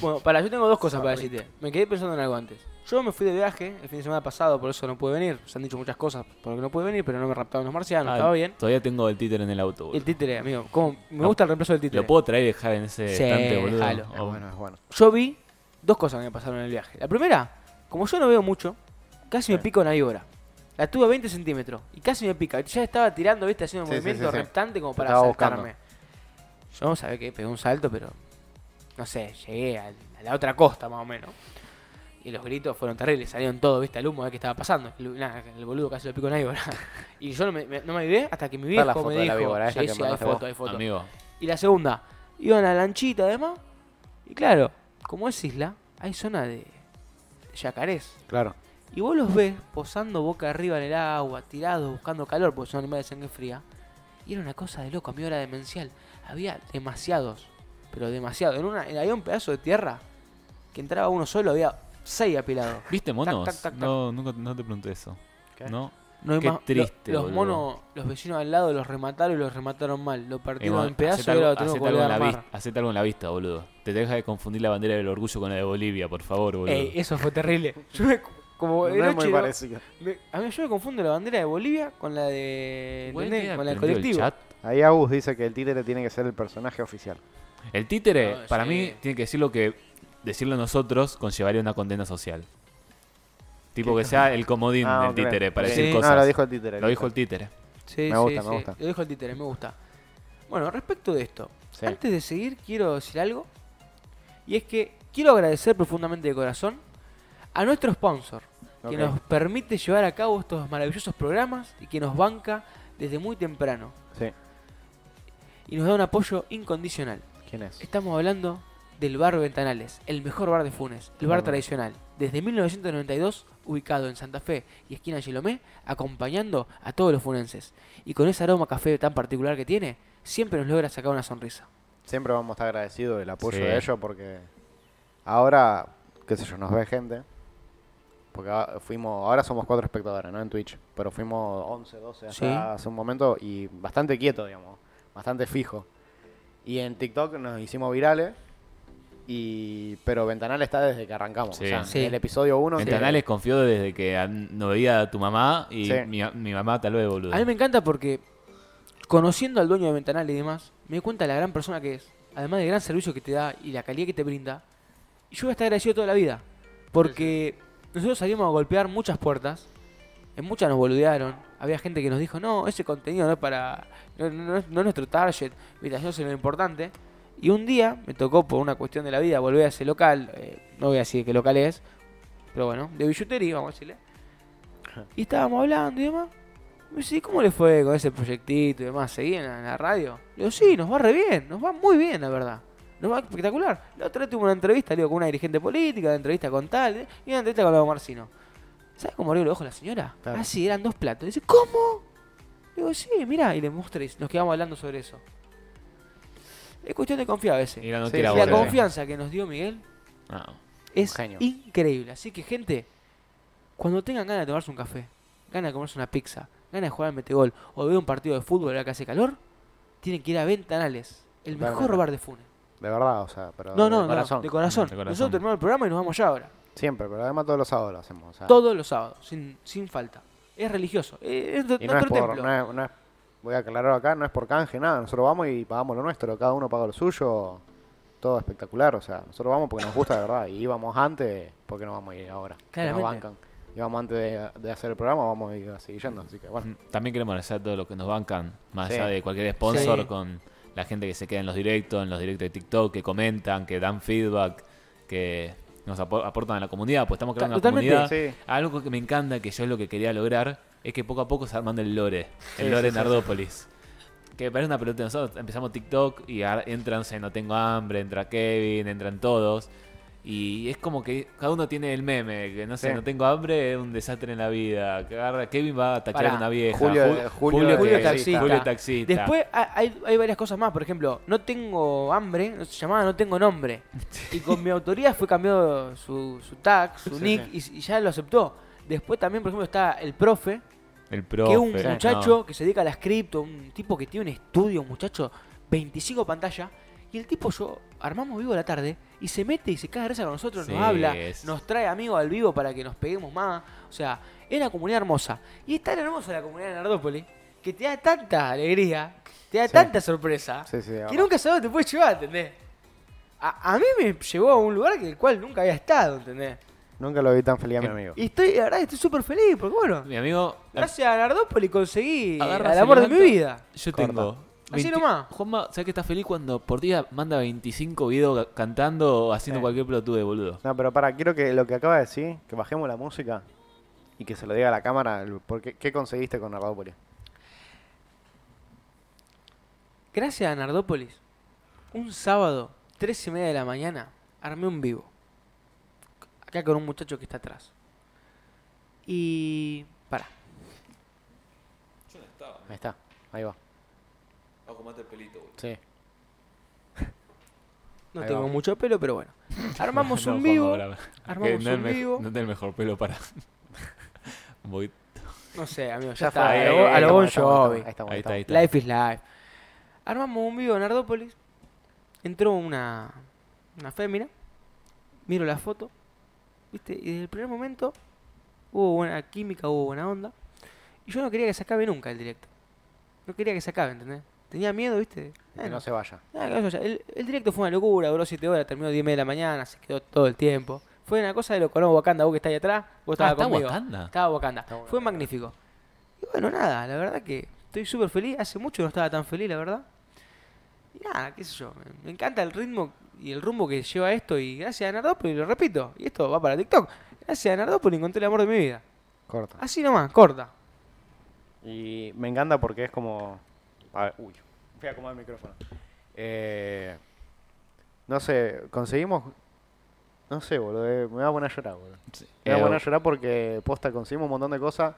C: Bueno, para, yo tengo dos cosas para decirte. Me quedé pensando en algo antes. Yo me fui de viaje el fin de semana pasado, por eso no pude venir. Se han dicho muchas cosas por lo que no pude venir, pero no me raptaron los marcianos,
B: Ah,
C: estaba bien.
B: Todavía tengo el títere en el auto, boludo.
C: El títere, amigo, ¿cómo? me
B: No.
C: gusta el reemplazo del
B: ¿Lo
C: títere. Ah,
B: puedo traer y dejar en ese
C: Sí,
B: estante, boludo? Oh,
C: dejalo.
B: O-
A: Es bueno, es bueno.
C: Yo vi dos cosas que me pasaron en el viaje. La primera, como yo no veo mucho, casi me pica una víbora. La tuve a 20 centímetros y casi me pica. Ya estaba tirando, viste, haciendo un
A: Sí, sí,
C: movimiento
A: sí, sí.
C: reptante como
A: Te
C: para
A: estaba
C: acercarme. Yo no sabía que pegué un salto, pero no sé, llegué al- a la otra costa más o menos. Y los gritos fueron terribles, salieron todos, viste, al humo, a ver qué estaba pasando. El, nada, el boludo casi lo pico una víbora. Y yo no me, me- no me avivé hasta que mi
A: Está la
C: viejo me
A: foto de la
C: dijo,
A: víbora esa
C: "Sí,
A: que
C: sí, hay
A: mandaste vos".
C: foto, hay foto.
B: Amigo,
C: Y la segunda, iban a la lanchita además. Y claro, como es isla, hay zona de yacarés.
A: Claro.
C: Y vos los ves posando boca arriba en el agua, tirados, buscando calor, porque son animales de sangre fría. Y era una cosa de loco, a mi hora demencial. Había demasiados, pero demasiado. En una, en- había un pedazo de tierra que entraba uno solo, había seis apilados.
B: ¿viste monos?
C: tac, tac, tac.
B: No, nunca no te pregunté eso.
A: ¿Qué?
B: ¿No?
C: No hay
B: Qué
C: más- lo-
B: triste,
C: Los
B: boludo.
C: monos, los vecinos al lado los remataron y los remataron mal. Lo
B: Eh,
C: partieron
B: bueno,
C: en pedazos y
B: hacete
C: ahora lo
B: algo-
C: tenemos que
B: hacete algo
C: volver
B: en
C: a
B: la
C: armar.
B: vista- hacete algo en la vista, boludo. Te deja de confundir la bandera del orgullo con la de Bolivia, por favor, boludo.
C: Ey, eso fue terrible. Yo me, como
A: No
C: de
A: es
C: noche,
A: muy
C: ¿no?
A: parecido.
C: Me- a mí yo me confundo la bandera de Bolivia con la de
B: Igual
C: ¿entendés?
B: queda
C: con la del
B: prendido el
C: colectivo.
B: chat.
A: Ahí Agus dice que el títere tiene que ser el personaje oficial.
B: El títere,
C: No,
B: para
C: sí.
B: mí, tiene que decir lo que decirlo nosotros conllevaría una condena social. Tipo que sea el comodín
A: Ah,
B: del
A: ok.
B: títere para
A: Ok.
B: decir
C: Sí.
B: cosas.
A: No, lo dijo el títere.
B: Lo dijo el títere.
C: Sí,
A: Me
C: sí,
A: gusta,
C: sí.
A: me gusta.
C: Lo dijo el títere, me gusta. Bueno, respecto de esto,
A: Sí.
C: antes de seguir quiero decir algo y es que quiero agradecer profundamente de corazón a nuestro sponsor
A: Ok.
C: que nos permite llevar a cabo estos maravillosos programas y que nos banca desde muy temprano
A: Sí.
C: y nos da un apoyo incondicional.
A: ¿Quién es?
C: Estamos hablando del bar Ventanales, el mejor bar de Funes, el bar
A: Ajá.
C: tradicional, desde 1992 ubicado en Santa Fe y esquina Gilomé, acompañando a todos los funenses. Y con ese aroma a café tan particular que tiene, siempre nos logra sacar una sonrisa.
A: Siempre vamos a estar agradecidos del apoyo
B: Sí.
A: de ellos porque ahora, qué sé yo, nos ve gente. Porque a- fuimos, ahora somos cuatro espectadores, ¿no? En Twitch. Pero fuimos 11, 12 hasta
C: Sí.
A: hace un momento y bastante quieto, digamos. Bastante fijo. Y en TikTok nos hicimos virales. Y, pero Ventanal está desde que arrancamos.
B: Sí.
A: O sea,
C: Sí.
A: el episodio 1.
B: Ventanales confió desde que a- no veía a tu mamá y
A: Sí.
B: mi, mi mamá tal vez, boludo.
C: A mí me encanta porque, conociendo al dueño de Ventanales y demás, me doy cuenta de la gran persona que es, además del gran servicio que te da y la calidad que te brinda. Y yo voy a estar agradecido toda la vida, porque nosotros salimos a golpear muchas puertas, en muchas nos boludearon, había gente que nos dijo, no, ese contenido no es para, no, no- no es, no es nuestro target, mientras no es lo importante. Y un día me tocó, por una cuestión de la vida, volver a ese local, eh, no voy a decir qué local es, pero bueno, de billutería, vamos a decirle. Y estábamos hablando y demás. Me dice, "¿Y ¿cómo le fue con ese proyectito y demás? ¿Seguían en la- en la radio? Le digo, sí, nos va re bien, nos va muy bien, la verdad. Nos va espectacular. La otra vez tuvimos una entrevista, le digo, con una dirigente política, una entrevista con tal, y una entrevista con Lago Marcino. ¿Sabes cómo abrió los ojos la señora?
A: Claro.
C: Ah, sí, eran dos platos. Dice, ¿cómo? Digo, sí, mira, y le mostré, nos quedamos hablando sobre eso. Es cuestión de confiar a veces.
B: Y la
A: Sí,
B: noticia
A: sí,
C: la
A: bueno.
C: confianza que nos dio Miguel
B: Ah.
C: es
A: Un genio.
C: increíble. Así que, gente, cuando tengan ganas de tomarse un café, ganas de comerse una pizza, ganas de jugar al metegol o de ver un partido de fútbol ahora que hace calor, tienen que ir a Ventanales, el mejor
A: Totalmente.
C: bar de Funes.
A: De verdad, o sea, pero
C: No,
A: de
C: no, no,
A: corazón.
C: de corazón.
B: De corazón.
C: Nosotros terminamos el programa y nos vamos ya ahora.
A: Siempre, pero además todos los sábados lo hacemos. o sea,
C: Todos los sábados, sin, sin falta. Es religioso. eh, Es,
A: y no es
C: nuestro
A: por,
C: templo.
A: no es- no es- voy a aclarar acá, no es por canje, nada. Nosotros vamos y pagamos lo nuestro, cada uno paga lo suyo. Todo espectacular, o sea, nosotros vamos porque nos gusta de verdad. Y íbamos antes, porque no vamos a ir ahora. Que nos
C: Claramente.
A: bancan. Íbamos antes de, de hacer el programa, vamos a ir a seguir yendo. Así que bueno,
B: También queremos agradecer a todos los que nos bancan, más
A: Sí.
B: allá de cualquier sponsor,
C: Sí.
B: con la gente que se queda en los directos, en los directos de TikTok, que comentan, que dan feedback, que nos apo- aportan a la comunidad, pues estamos creando
C: Ta-
B: una
C: totalmente,
B: comunidad.
A: sí.
B: Algo que me encanta, que yo es lo que quería lograr, es que poco a poco se armando el lore, el
A: Sí, sí,
B: lore
A: sí,
B: Nardópolis. Que parece una pelota, nosotros empezamos TikTok y ahora entran, se, no tengo hambre, entra Kevin, entran todos. Y es como que cada uno tiene el meme, que no sé,
A: Sí.
B: no tengo hambre, es un desastre en la vida. Que agarra- Kevin va a tachar
C: Pará.
B: una vieja.
A: Julio-
B: Ju-
A: Julio-
C: Julio
B: que-
C: Taxista.
B: Julio Taxista.
C: Después ha- hay, hay varias cosas más. Por ejemplo, no tengo hambre, no se llamaba No tengo nombre. Y con mi autoría fue cambiado su, su tag, su
A: Sí,
C: nick, Y, y ya lo aceptó. Después también, por ejemplo, está el profe,
B: el profe.
C: que es un
B: no.
C: muchacho que se dedica a las cripto, un tipo que tiene un estudio, un muchacho, 25 pantallas. Y el tipo yo armamos vivo a la tarde y se mete y se cae de risa con nosotros,
B: Sí,
C: nos habla,
B: es-
C: nos trae amigos al vivo para que nos peguemos más. O sea, es una comunidad hermosa. Y es tan hermosa la comunidad de Nardópolis que te da tanta alegría, te da
A: Sí.
C: tanta sorpresa,
A: Sí, sí, de
C: que
A: verdad.
C: nunca sabes dónde te puede llevar, ¿entendés? A, a mí me llevó a un lugar que el cual nunca había estado, ¿entendés?
A: nunca lo vi tan feliz a mi amigo.
C: Y estoy, la verdad, estoy súper feliz, porque bueno,
B: Mi amigo.
C: Gracias a Nardópolis conseguí
B: agarra,
C: el
B: se
C: amor de mi
B: levanta.
C: vida.
B: Yo
A: Corta.
B: tengo.
C: Así nomás.
B: Juanma, ¿sabes que está feliz cuando por día manda 25 videos ca- cantando o haciendo
A: Sí.
B: cualquier pelotude, boludo?
A: No, pero para, quiero que lo que acaba de decir, que bajemos la música y que se lo diga a la cámara. el- por qué- ¿Qué conseguiste con Nardópolis?
C: Gracias a Nardópolis, un sábado, tres y media de la mañana, armé un vivo. Acá con un muchacho que está atrás. Y. Pará.
A: Ahí está, ahí va. Sí.
C: No
A: Ahí
C: tengo
A: va.
C: mucho pelo, pero bueno. Armamos
B: No,
C: un
B: Juanma,
C: vivo.
B: pará, pará.
C: armamos
B: Que no es
C: un
B: mej-
C: vivo.
B: No tenés el mejor pelo para. Un poquito-
C: No sé, amigo, ya,
A: Ya
C: está.
A: fue,
B: ahí,
C: Eh, a lo-
B: ahí,
C: a lo
B: ahí
C: Bon
A: estamos, ahí
C: Jovi.
A: estamos, ahí estamos,
B: Ahí está, ahí está.
C: Life is life. Armamos un vivo en Ardópolis. Entró una, una fémina. Miro la foto. ¿Viste? Y desde el primer momento hubo buena química, hubo buena onda. Y yo no quería que se acabe nunca el directo. No quería que se acabe, ¿entendés? Tenía miedo, ¿viste?
A: Que
C: Bueno,
A: Eh, no se vaya.
C: nada, que vaya. el, el directo fue una locura, duró 7 horas, terminó 10 de la mañana, se quedó todo el tiempo. Fue una cosa de loco, no, Wakanda, vos que estás ahí atrás, vos
B: Ah,
C: estabas
B: está
C: conmigo.
B: Wakanda.
C: Estaba Wakanda. Fue magnífico. Y bueno, nada, la verdad que estoy súper feliz. Hace mucho no estaba tan feliz, la verdad. Y nada, qué sé yo. me- Me encanta el ritmo y el rumbo que lleva esto. Y gracias a Nardópolis, lo repito. Y esto va para TikTok. Gracias a Nardópolis encontré el amor de mi vida.
A: Corta.
C: Así nomás, corta.
A: Y me encanta porque es como. A ver, uy, voy a acomodar el micrófono. Eh, no sé, conseguimos. No sé, boludo. eh, Me va a poner a llorar, boludo. Me va a
B: Eh,
A: poner a llorar porque, posta, conseguimos un montón de cosas.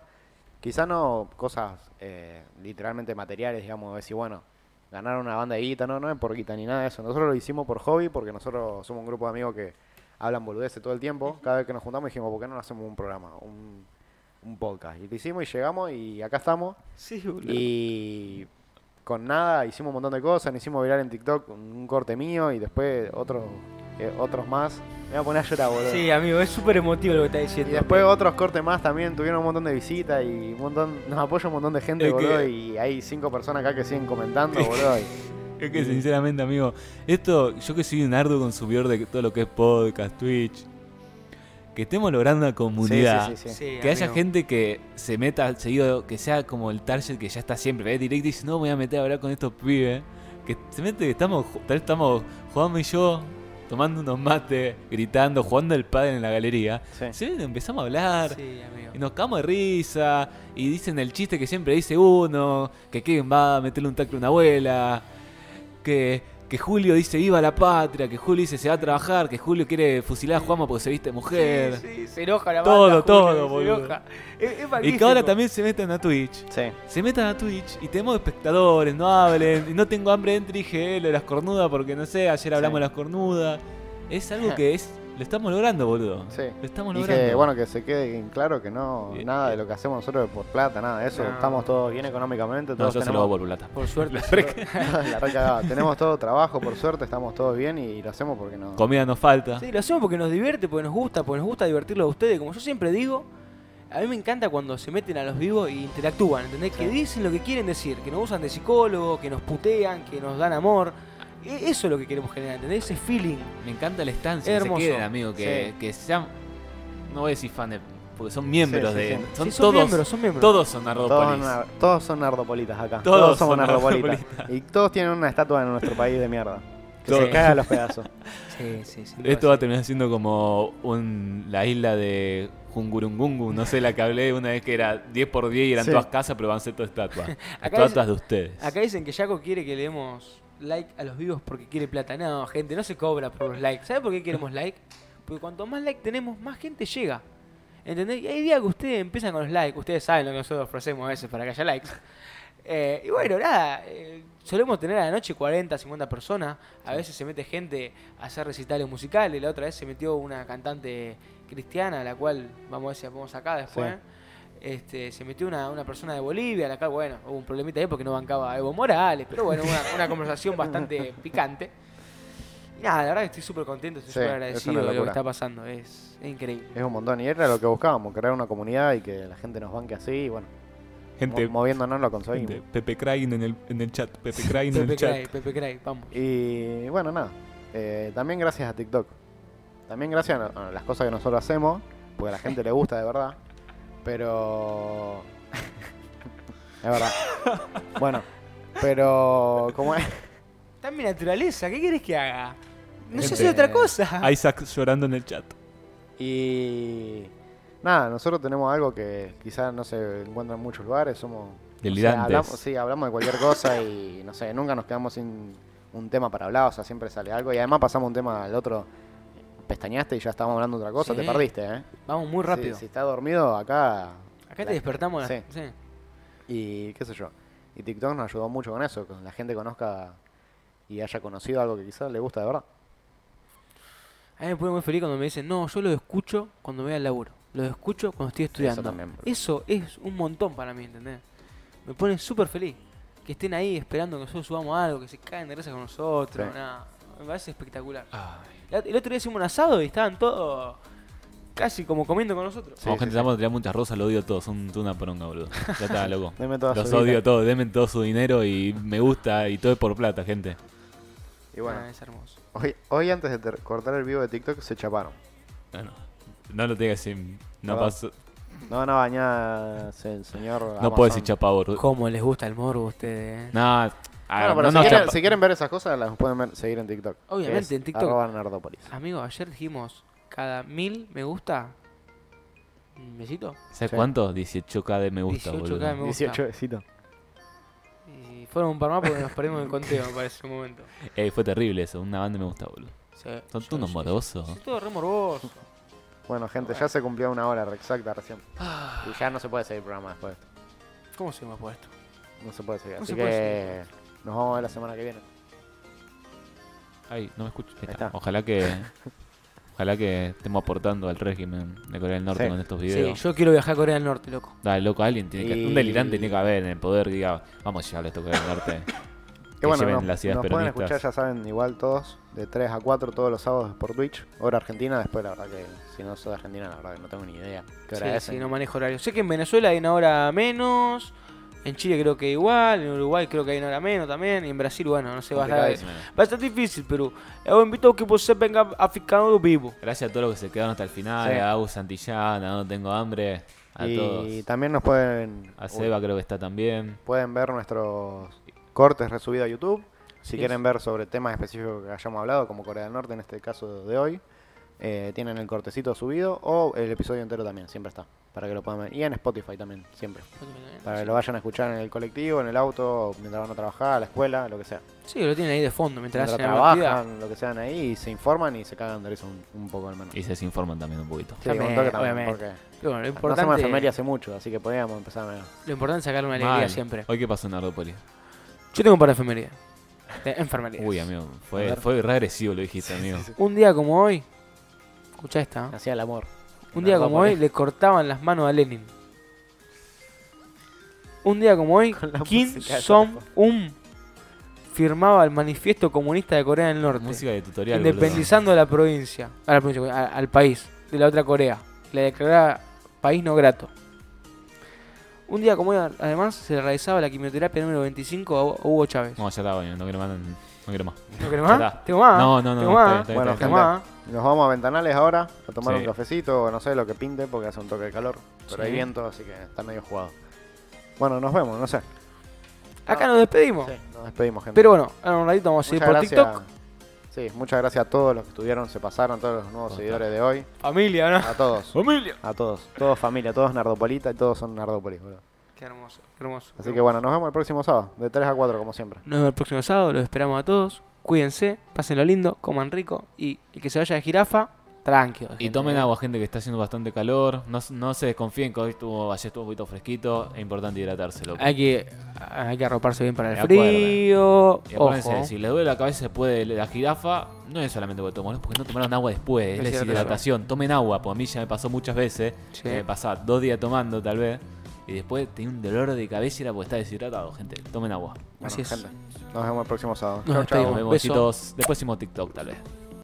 A: Quizá no cosas eh, literalmente materiales, digamos, decir, bueno, ganar una banda de guita, no, no es por guita ni nada de eso. Nosotros lo hicimos por hobby porque nosotros somos un grupo de amigos que hablan boludeces todo el tiempo. Cada vez que nos juntamos dijimos, ¿por qué no hacemos un programa? Un, un podcast. Y lo hicimos y llegamos y acá estamos.
C: Sí, boludo.
A: Y con nada hicimos un montón de cosas, nos hicimos viral en TikTok un corte mío y después otros otros más. Me voy a poner a llorar, boludo.
C: Sí, amigo, es súper emotivo lo que está
A: Y
C: diciendo.
A: después otros cortes más también tuvieron un montón de visitas y un montón, nos apoya un montón de gente,
B: Es que-
A: boludo, y hay cinco personas acá que siguen comentando, boludo. y-
B: Es que sinceramente, amigo, esto, yo que soy un arduo consumidor de todo lo que es podcast, Twitch, que estemos logrando una comunidad.
A: Sí, sí, sí, sí.
C: Sí,
B: Que haya
C: amigo.
B: gente que se meta al seguido, que sea como el target que ya está siempre. Ve directo y dice, no, me voy a meter a hablar con estos pibes. Que se mete, estamos, ju- tal vez estamos jugando y yo, tomando unos mates, gritando, jugando el padre en la galería.
A: Sí.
B: Se ven, empezamos a hablar.
C: Sí, amigo.
B: Y nos cagamos de risa. Y dicen el chiste que siempre dice uno. Que Kevin va a meterle un tackle a una abuela. Que, que Que Julio dice viva la patria, que Julio dice se va a trabajar, que Julio quiere fusilar a Juanma porque se viste mujer.
C: Sí, se enoja la
B: Todo,
C: banda,
B: todo,
C: Julio,
B: boludo.
C: Se enoja. Es, es
B: Y que
C: magnífico.
B: ahora también se metan a Twitch.
A: Sí.
B: Se metan a Twitch y tenemos espectadores, no hablen. Y no tengo hambre entre dije, eh, lo de las cornudas, porque no sé, ayer hablamos de las cornudas. Es algo que es. Lo estamos logrando, boludo.
A: Sí.
B: Lo estamos
A: Y
B: logrando.
A: que, bueno, que se quede en claro que no,
B: Bien.
A: nada de lo que hacemos nosotros es por plata, nada de eso.
C: No.
A: Estamos todos bien económicamente,
B: no, yo
A: todos
B: se lo hago
A: tenemos,
B: por plata.
C: Por suerte.
A: la recagada. tenemos todo trabajo, por suerte, estamos todos bien y lo hacemos porque no.
B: Comida nos falta.
C: Sí, lo hacemos porque nos divierte, porque nos gusta, porque nos gusta divertirlo a ustedes. Como yo siempre digo, a mí me encanta cuando se meten a los vivos y interactúan, ¿entendés? Que dicen lo que quieren decir, que nos usan de psicólogo, que nos putean, que nos dan amor. E- Eso es lo que queremos generar, ¿entendés? Ese feeling.
B: Me encanta la estancia.
C: Es
B: que
C: hermoso.
B: Se queden, amigo, que, que sean. No voy a decir fan de. Porque son miembros
A: Sí, sí,
B: de.
A: sí.
B: Son
C: Sí,
B: todos.
C: miembros, son miembros.
B: Todos son
A: Todos,
B: Nardópolis.
A: nar- todos son nardopolitas acá.
B: Todos
A: Todos, somos
B: son
A: nardopolitas.
B: nardopolitas.
A: Y todos tienen una estatua en nuestro país de mierda. Que
B: Todos.
A: se caga a los pedazos.
C: Sí, sí, sí.
B: Esto va a terminar siendo como un, la isla de Jungurungungu, no sé, la que hablé una vez que era 10 por 10 y eran
A: Sí.
B: todas casas, pero van a ser todas estatuas.
C: Acá
B: estatuas de ustedes.
C: Acá dicen que Jaco quiere que le demos like a los vivos porque quiere plata. No, gente, no se cobra por los likes. ¿Sabe por qué queremos like? Porque cuanto más like tenemos, más gente llega. ¿Entendés? Y hay días que ustedes empiezan con los likes. Ustedes saben lo que nosotros ofrecemos a veces para que haya likes. Eh, y bueno, nada. eh, solemos tener a la noche 40, 50 personas. A veces se mete gente a hacer recitales musicales. La otra vez se metió una cantante cristiana, la cual vamos a ver si la ponemos acá después.
A: Sí.
C: Este, se metió una, una persona de Bolivia, la cual, bueno, hubo un problemita ahí porque no bancaba a Evo Morales, pero bueno, una, una conversación bastante picante. Y nada, la verdad que estoy súper contento, estoy
A: Sí,
C: súper
A: es una
C: agradecido de lo que
A: locura.
C: está pasando, es, es increíble.
A: Es un montón. Y era lo que buscábamos, crear una comunidad y que la gente nos banque así. Y bueno,
B: Gente,
A: mo- moviéndonos lo conseguimos.
B: gente, Pepe Craig en el, en el chat, Pepe Craig en
C: Pepe
B: el chat.
C: Cray, Pepe Cray, vamos.
A: Y bueno, nada. Eh, también gracias a TikTok. También gracias a, a las cosas que nosotros hacemos, porque a la gente le gusta de verdad. Pero. es verdad. Bueno, pero. ¿Cómo es?
C: Está en mi naturaleza, ¿qué querés que haga? No sé
A: Gente, eh,
C: hacer otra cosa.
B: Isaac llorando en el chat.
A: Y. Nada, nosotros tenemos algo que quizás no se encuentra en muchos lugares. Somos. no sé,
B: Delirantes.
A: hablamos, sí, hablamos de cualquier cosa y no sé, nunca nos quedamos sin un tema para hablar. O sea, siempre sale algo. Y además pasamos un tema al otro. Pestañaste y ya estábamos hablando de otra cosa.
C: Sí.
A: Te perdiste, ¿eh?
C: Vamos muy
A: Sí,
C: rápido.
A: Si, está dormido acá.
C: Acá
A: la-
C: te despertamos. ¿eh? a las- sí.
A: Y qué sé yo. Y TikTok nos ayudó mucho con eso, con la gente conozca y haya conocido algo que quizás le gusta de verdad.
C: A mí me pone muy feliz cuando me dicen, no, yo lo escucho cuando me voy al laburo. Lo escucho cuando estoy estudiando.
A: también, bro.
C: Eso es un montón para mí, ¿entendés? Me pone súper feliz. Que estén ahí esperando que nosotros subamos algo, que se caigan de risa con nosotros.
A: Sí.
C: nada. Me parece espectacular.
B: Ay.
C: La- El otro día hicimos un asado y estaban todos casi como comiendo con nosotros.
A: Sí,
B: Vamos,
A: sí,
B: gente,
A: sí.
B: vamos a tirar muchas rosas, lo odio todo, son toda una poronga, boludo. Ya está, loco.
A: Deme toda
B: Los
A: su vida.
B: odio todo, denme todo su dinero y me gusta y todo es por plata, gente.
A: Y bueno,
C: Ah, es hermoso.
A: hoy, hoy antes de ter- cortar el vivo de TikTok se chaparon.
B: Bueno, no lo tengas sin. No,
A: Perdón.
B: paso,
A: No, no, bañá el señor.
B: no
A: Amazon.
B: puedo decir chapa, boludo.
C: ¿Cómo les gusta el morbo a ustedes? eh?
B: Nah, ah,
A: Bueno, pero
B: no
A: si,
B: nos
A: quieren,
B: chapa-
A: si quieren ver esas cosas, las pueden ver- seguir en TikTok. que
C: Obviamente,
A: es
C: en TikTok. Ah,
A: arroba Nardopolis.
C: Amigo, ayer dijimos, cada mil me gusta, un besito.
B: ¿Sabes
A: Sí.
B: cuánto? 18k de me gusta,
C: 18K
B: boludo.
C: de me gusta.
A: 18 besitos.
C: Y fueron un par más porque nos perdimos el conteo, me parece, un momento.
B: Ey, Eh, fue terrible eso, una banda me gusta, boludo.
C: Sí,
B: Son
C: sí,
B: todos unos
C: sí,
B: morbosos.
C: sí. Son todos re morbosos.
A: Bueno, gente, ya se cumplió una hora exacta recién.
C: Ah.
A: Y ya no se puede seguir programa después de esto.
C: ¿Cómo se llama por esto?
A: No se puede seguir.
C: No
A: Así
C: se
A: que
C: puede seguir.
A: nos vamos a ver la semana que viene.
B: Ay, no me escucho. Ahí
A: Ahí
B: está.
A: está.
B: Ojalá que. Ojalá que estemos aportando al régimen de Corea del Norte
A: Sí.
B: con estos
C: Sí,
B: videos.
C: yo quiero viajar a Corea del Norte, loco.
B: Dale, loco, alguien tiene que. Un
A: Y-
B: delirante tiene que haber en el poder que diga, vamos a llevarle esto a Corea del Norte.
A: Y bueno,
B: lleven
A: nos,
B: las ideas
A: nos pueden
B: peronistas.
A: escuchar, ya saben, igual todos, de 3 a 4 todos los sábados por Twitch. Hora argentina, después la verdad que si no soy de Argentina, la verdad que no tengo ni idea qué hora
C: Sí,
A: es. eh.
C: sí,
A: en-
C: no manejo horario. Sé que en Venezuela hay una hora menos. En Chile creo que igual. En Uruguay creo que hay una hora menos también. Y en Brasil, bueno, no sé, va a estar,
A: Complicadísimo.
C: va a estar difícil, pero yo invito a que usted venga a ficarlo vivo.
B: Gracias a todos los que se quedaron hasta el final,
A: Sí.
B: a Agus Santillana, No Tengo Hambre, a
A: y
B: todos.
A: también nos pueden,
B: A Seba creo que está también.
A: pueden ver nuestros cortes resubidos a YouTube. Si
C: Sí.
A: quieren ver sobre temas específicos que hayamos hablado, como Corea del Norte en este caso de hoy. eh, tienen el cortecito subido o el episodio entero también, siempre está, para que lo puedan ver. Y en Spotify también, siempre. Para que lo vayan a escuchar en el colectivo, en el auto, mientras van a trabajar, a la escuela, lo que sea.
C: Sí, lo tienen ahí de fondo mientras,
A: Mientras
C: hacen alguna actividad.
A: trabajan, lo que sean ahí, y se informan y se cagan de risa un, un poco al menos.
B: Y se desinforman también un poquito.
A: Sí, un
C: También,
A: toque también,
C: obviamente.
A: porque
C: Pero bueno, lo
A: no hacemos
C: importante,
A: efemería hace mucho, así que podíamos empezar a...
C: lo importante es sacar una alegría
B: Mal.
C: siempre.
B: Hoy qué pasó en Ardópolis.
C: Yo tengo un par de efemería. De enfermería.
B: Uy, amigo, fue, fue re agresivo lo dijiste, amigo.
C: Un día como hoy, escucha esta. ¿eh?
A: Hacía el amor.
C: Un
A: Una
C: día como
A: ropa
C: hoy le cortaban las manos a Lenin. Un día como hoy,
A: Con la
C: Kim
A: música de
C: Jong-un firmaba el manifiesto comunista de Corea del Norte,
B: Música de tutorial. boludo.
C: independizando a la provincia, a la provincia, a- al país de la otra Corea. La declaraba país no grato. Un día como hoy, además, se realizaba la quimioterapia número 25 a Hu- a Hugo Chávez.
B: No, ya está, bueno, no quiero más. No quiero más.
C: ¿No querés
B: Ya está.
C: más? Tengo más.
B: No, no, no, está
C: Tengo
B: bien,
C: más.
B: está bien,
A: Bueno,
B: está
C: Tengo
A: bien.
C: más.
A: Nos vamos a Ventanales ahora a tomar
B: Sí.
A: un cafecito o no sé lo que pinte porque hace un toque de calor. Pero hay
C: Sí.
A: viento, así que está medio jugado. Bueno, nos vemos, no sé.
C: Acá nos despedimos.
A: Nos despedimos, gente.
C: Pero bueno, ahora un ratito vamos a seguir
A: muchas
C: por
A: gracias.
C: TikTok.
A: Sí, muchas gracias a todos los que estuvieron, se pasaron, todos los nuevos
B: Ojalá.
A: seguidores de hoy.
C: Familia, ¿no?
A: A todos.
B: Familia.
A: A todos. Todos familia, todos nardopolita y todos son nardopolis, boludo.
C: Qué hermoso, qué hermoso.
A: Así que bueno, nos vemos el próximo sábado, de 3 a 4, como siempre.
C: Nos vemos el próximo sábado, los esperamos a todos. Cuídense, pásenlo lindo, coman rico y el que se vaya de jirafa, tranquilo.
B: Y tomen agua, gente, que está haciendo bastante calor. No, no se desconfíen que hoy estuvo, ayer estuvo un poquito fresquito. Es importante hidratarse, loco.
C: Hay que, hay que arroparse bien para el
B: De acuerdo.
C: frío.
B: Y acuérdense,
C: Ojo.
B: si les duele la cabeza después de la jirafa, no es solamente porque toman, porque no tomaron agua después, es
C: Es cierto,
B: deshidratación. Tomen agua, porque a mí ya me pasó muchas veces.
C: Sí.
B: que Me pasaba dos días tomando, tal vez, y después tenía un dolor de cabeza y era porque está deshidratado, gente. Tomen agua.
A: Bueno,
C: Así es.
A: gente, nos vemos el próximo sábado.
C: Nos
A: Chau, chau.
C: despedimos.
B: Nos vemos,
C: beso.
B: chicos. Después hicimos TikTok, tal vez.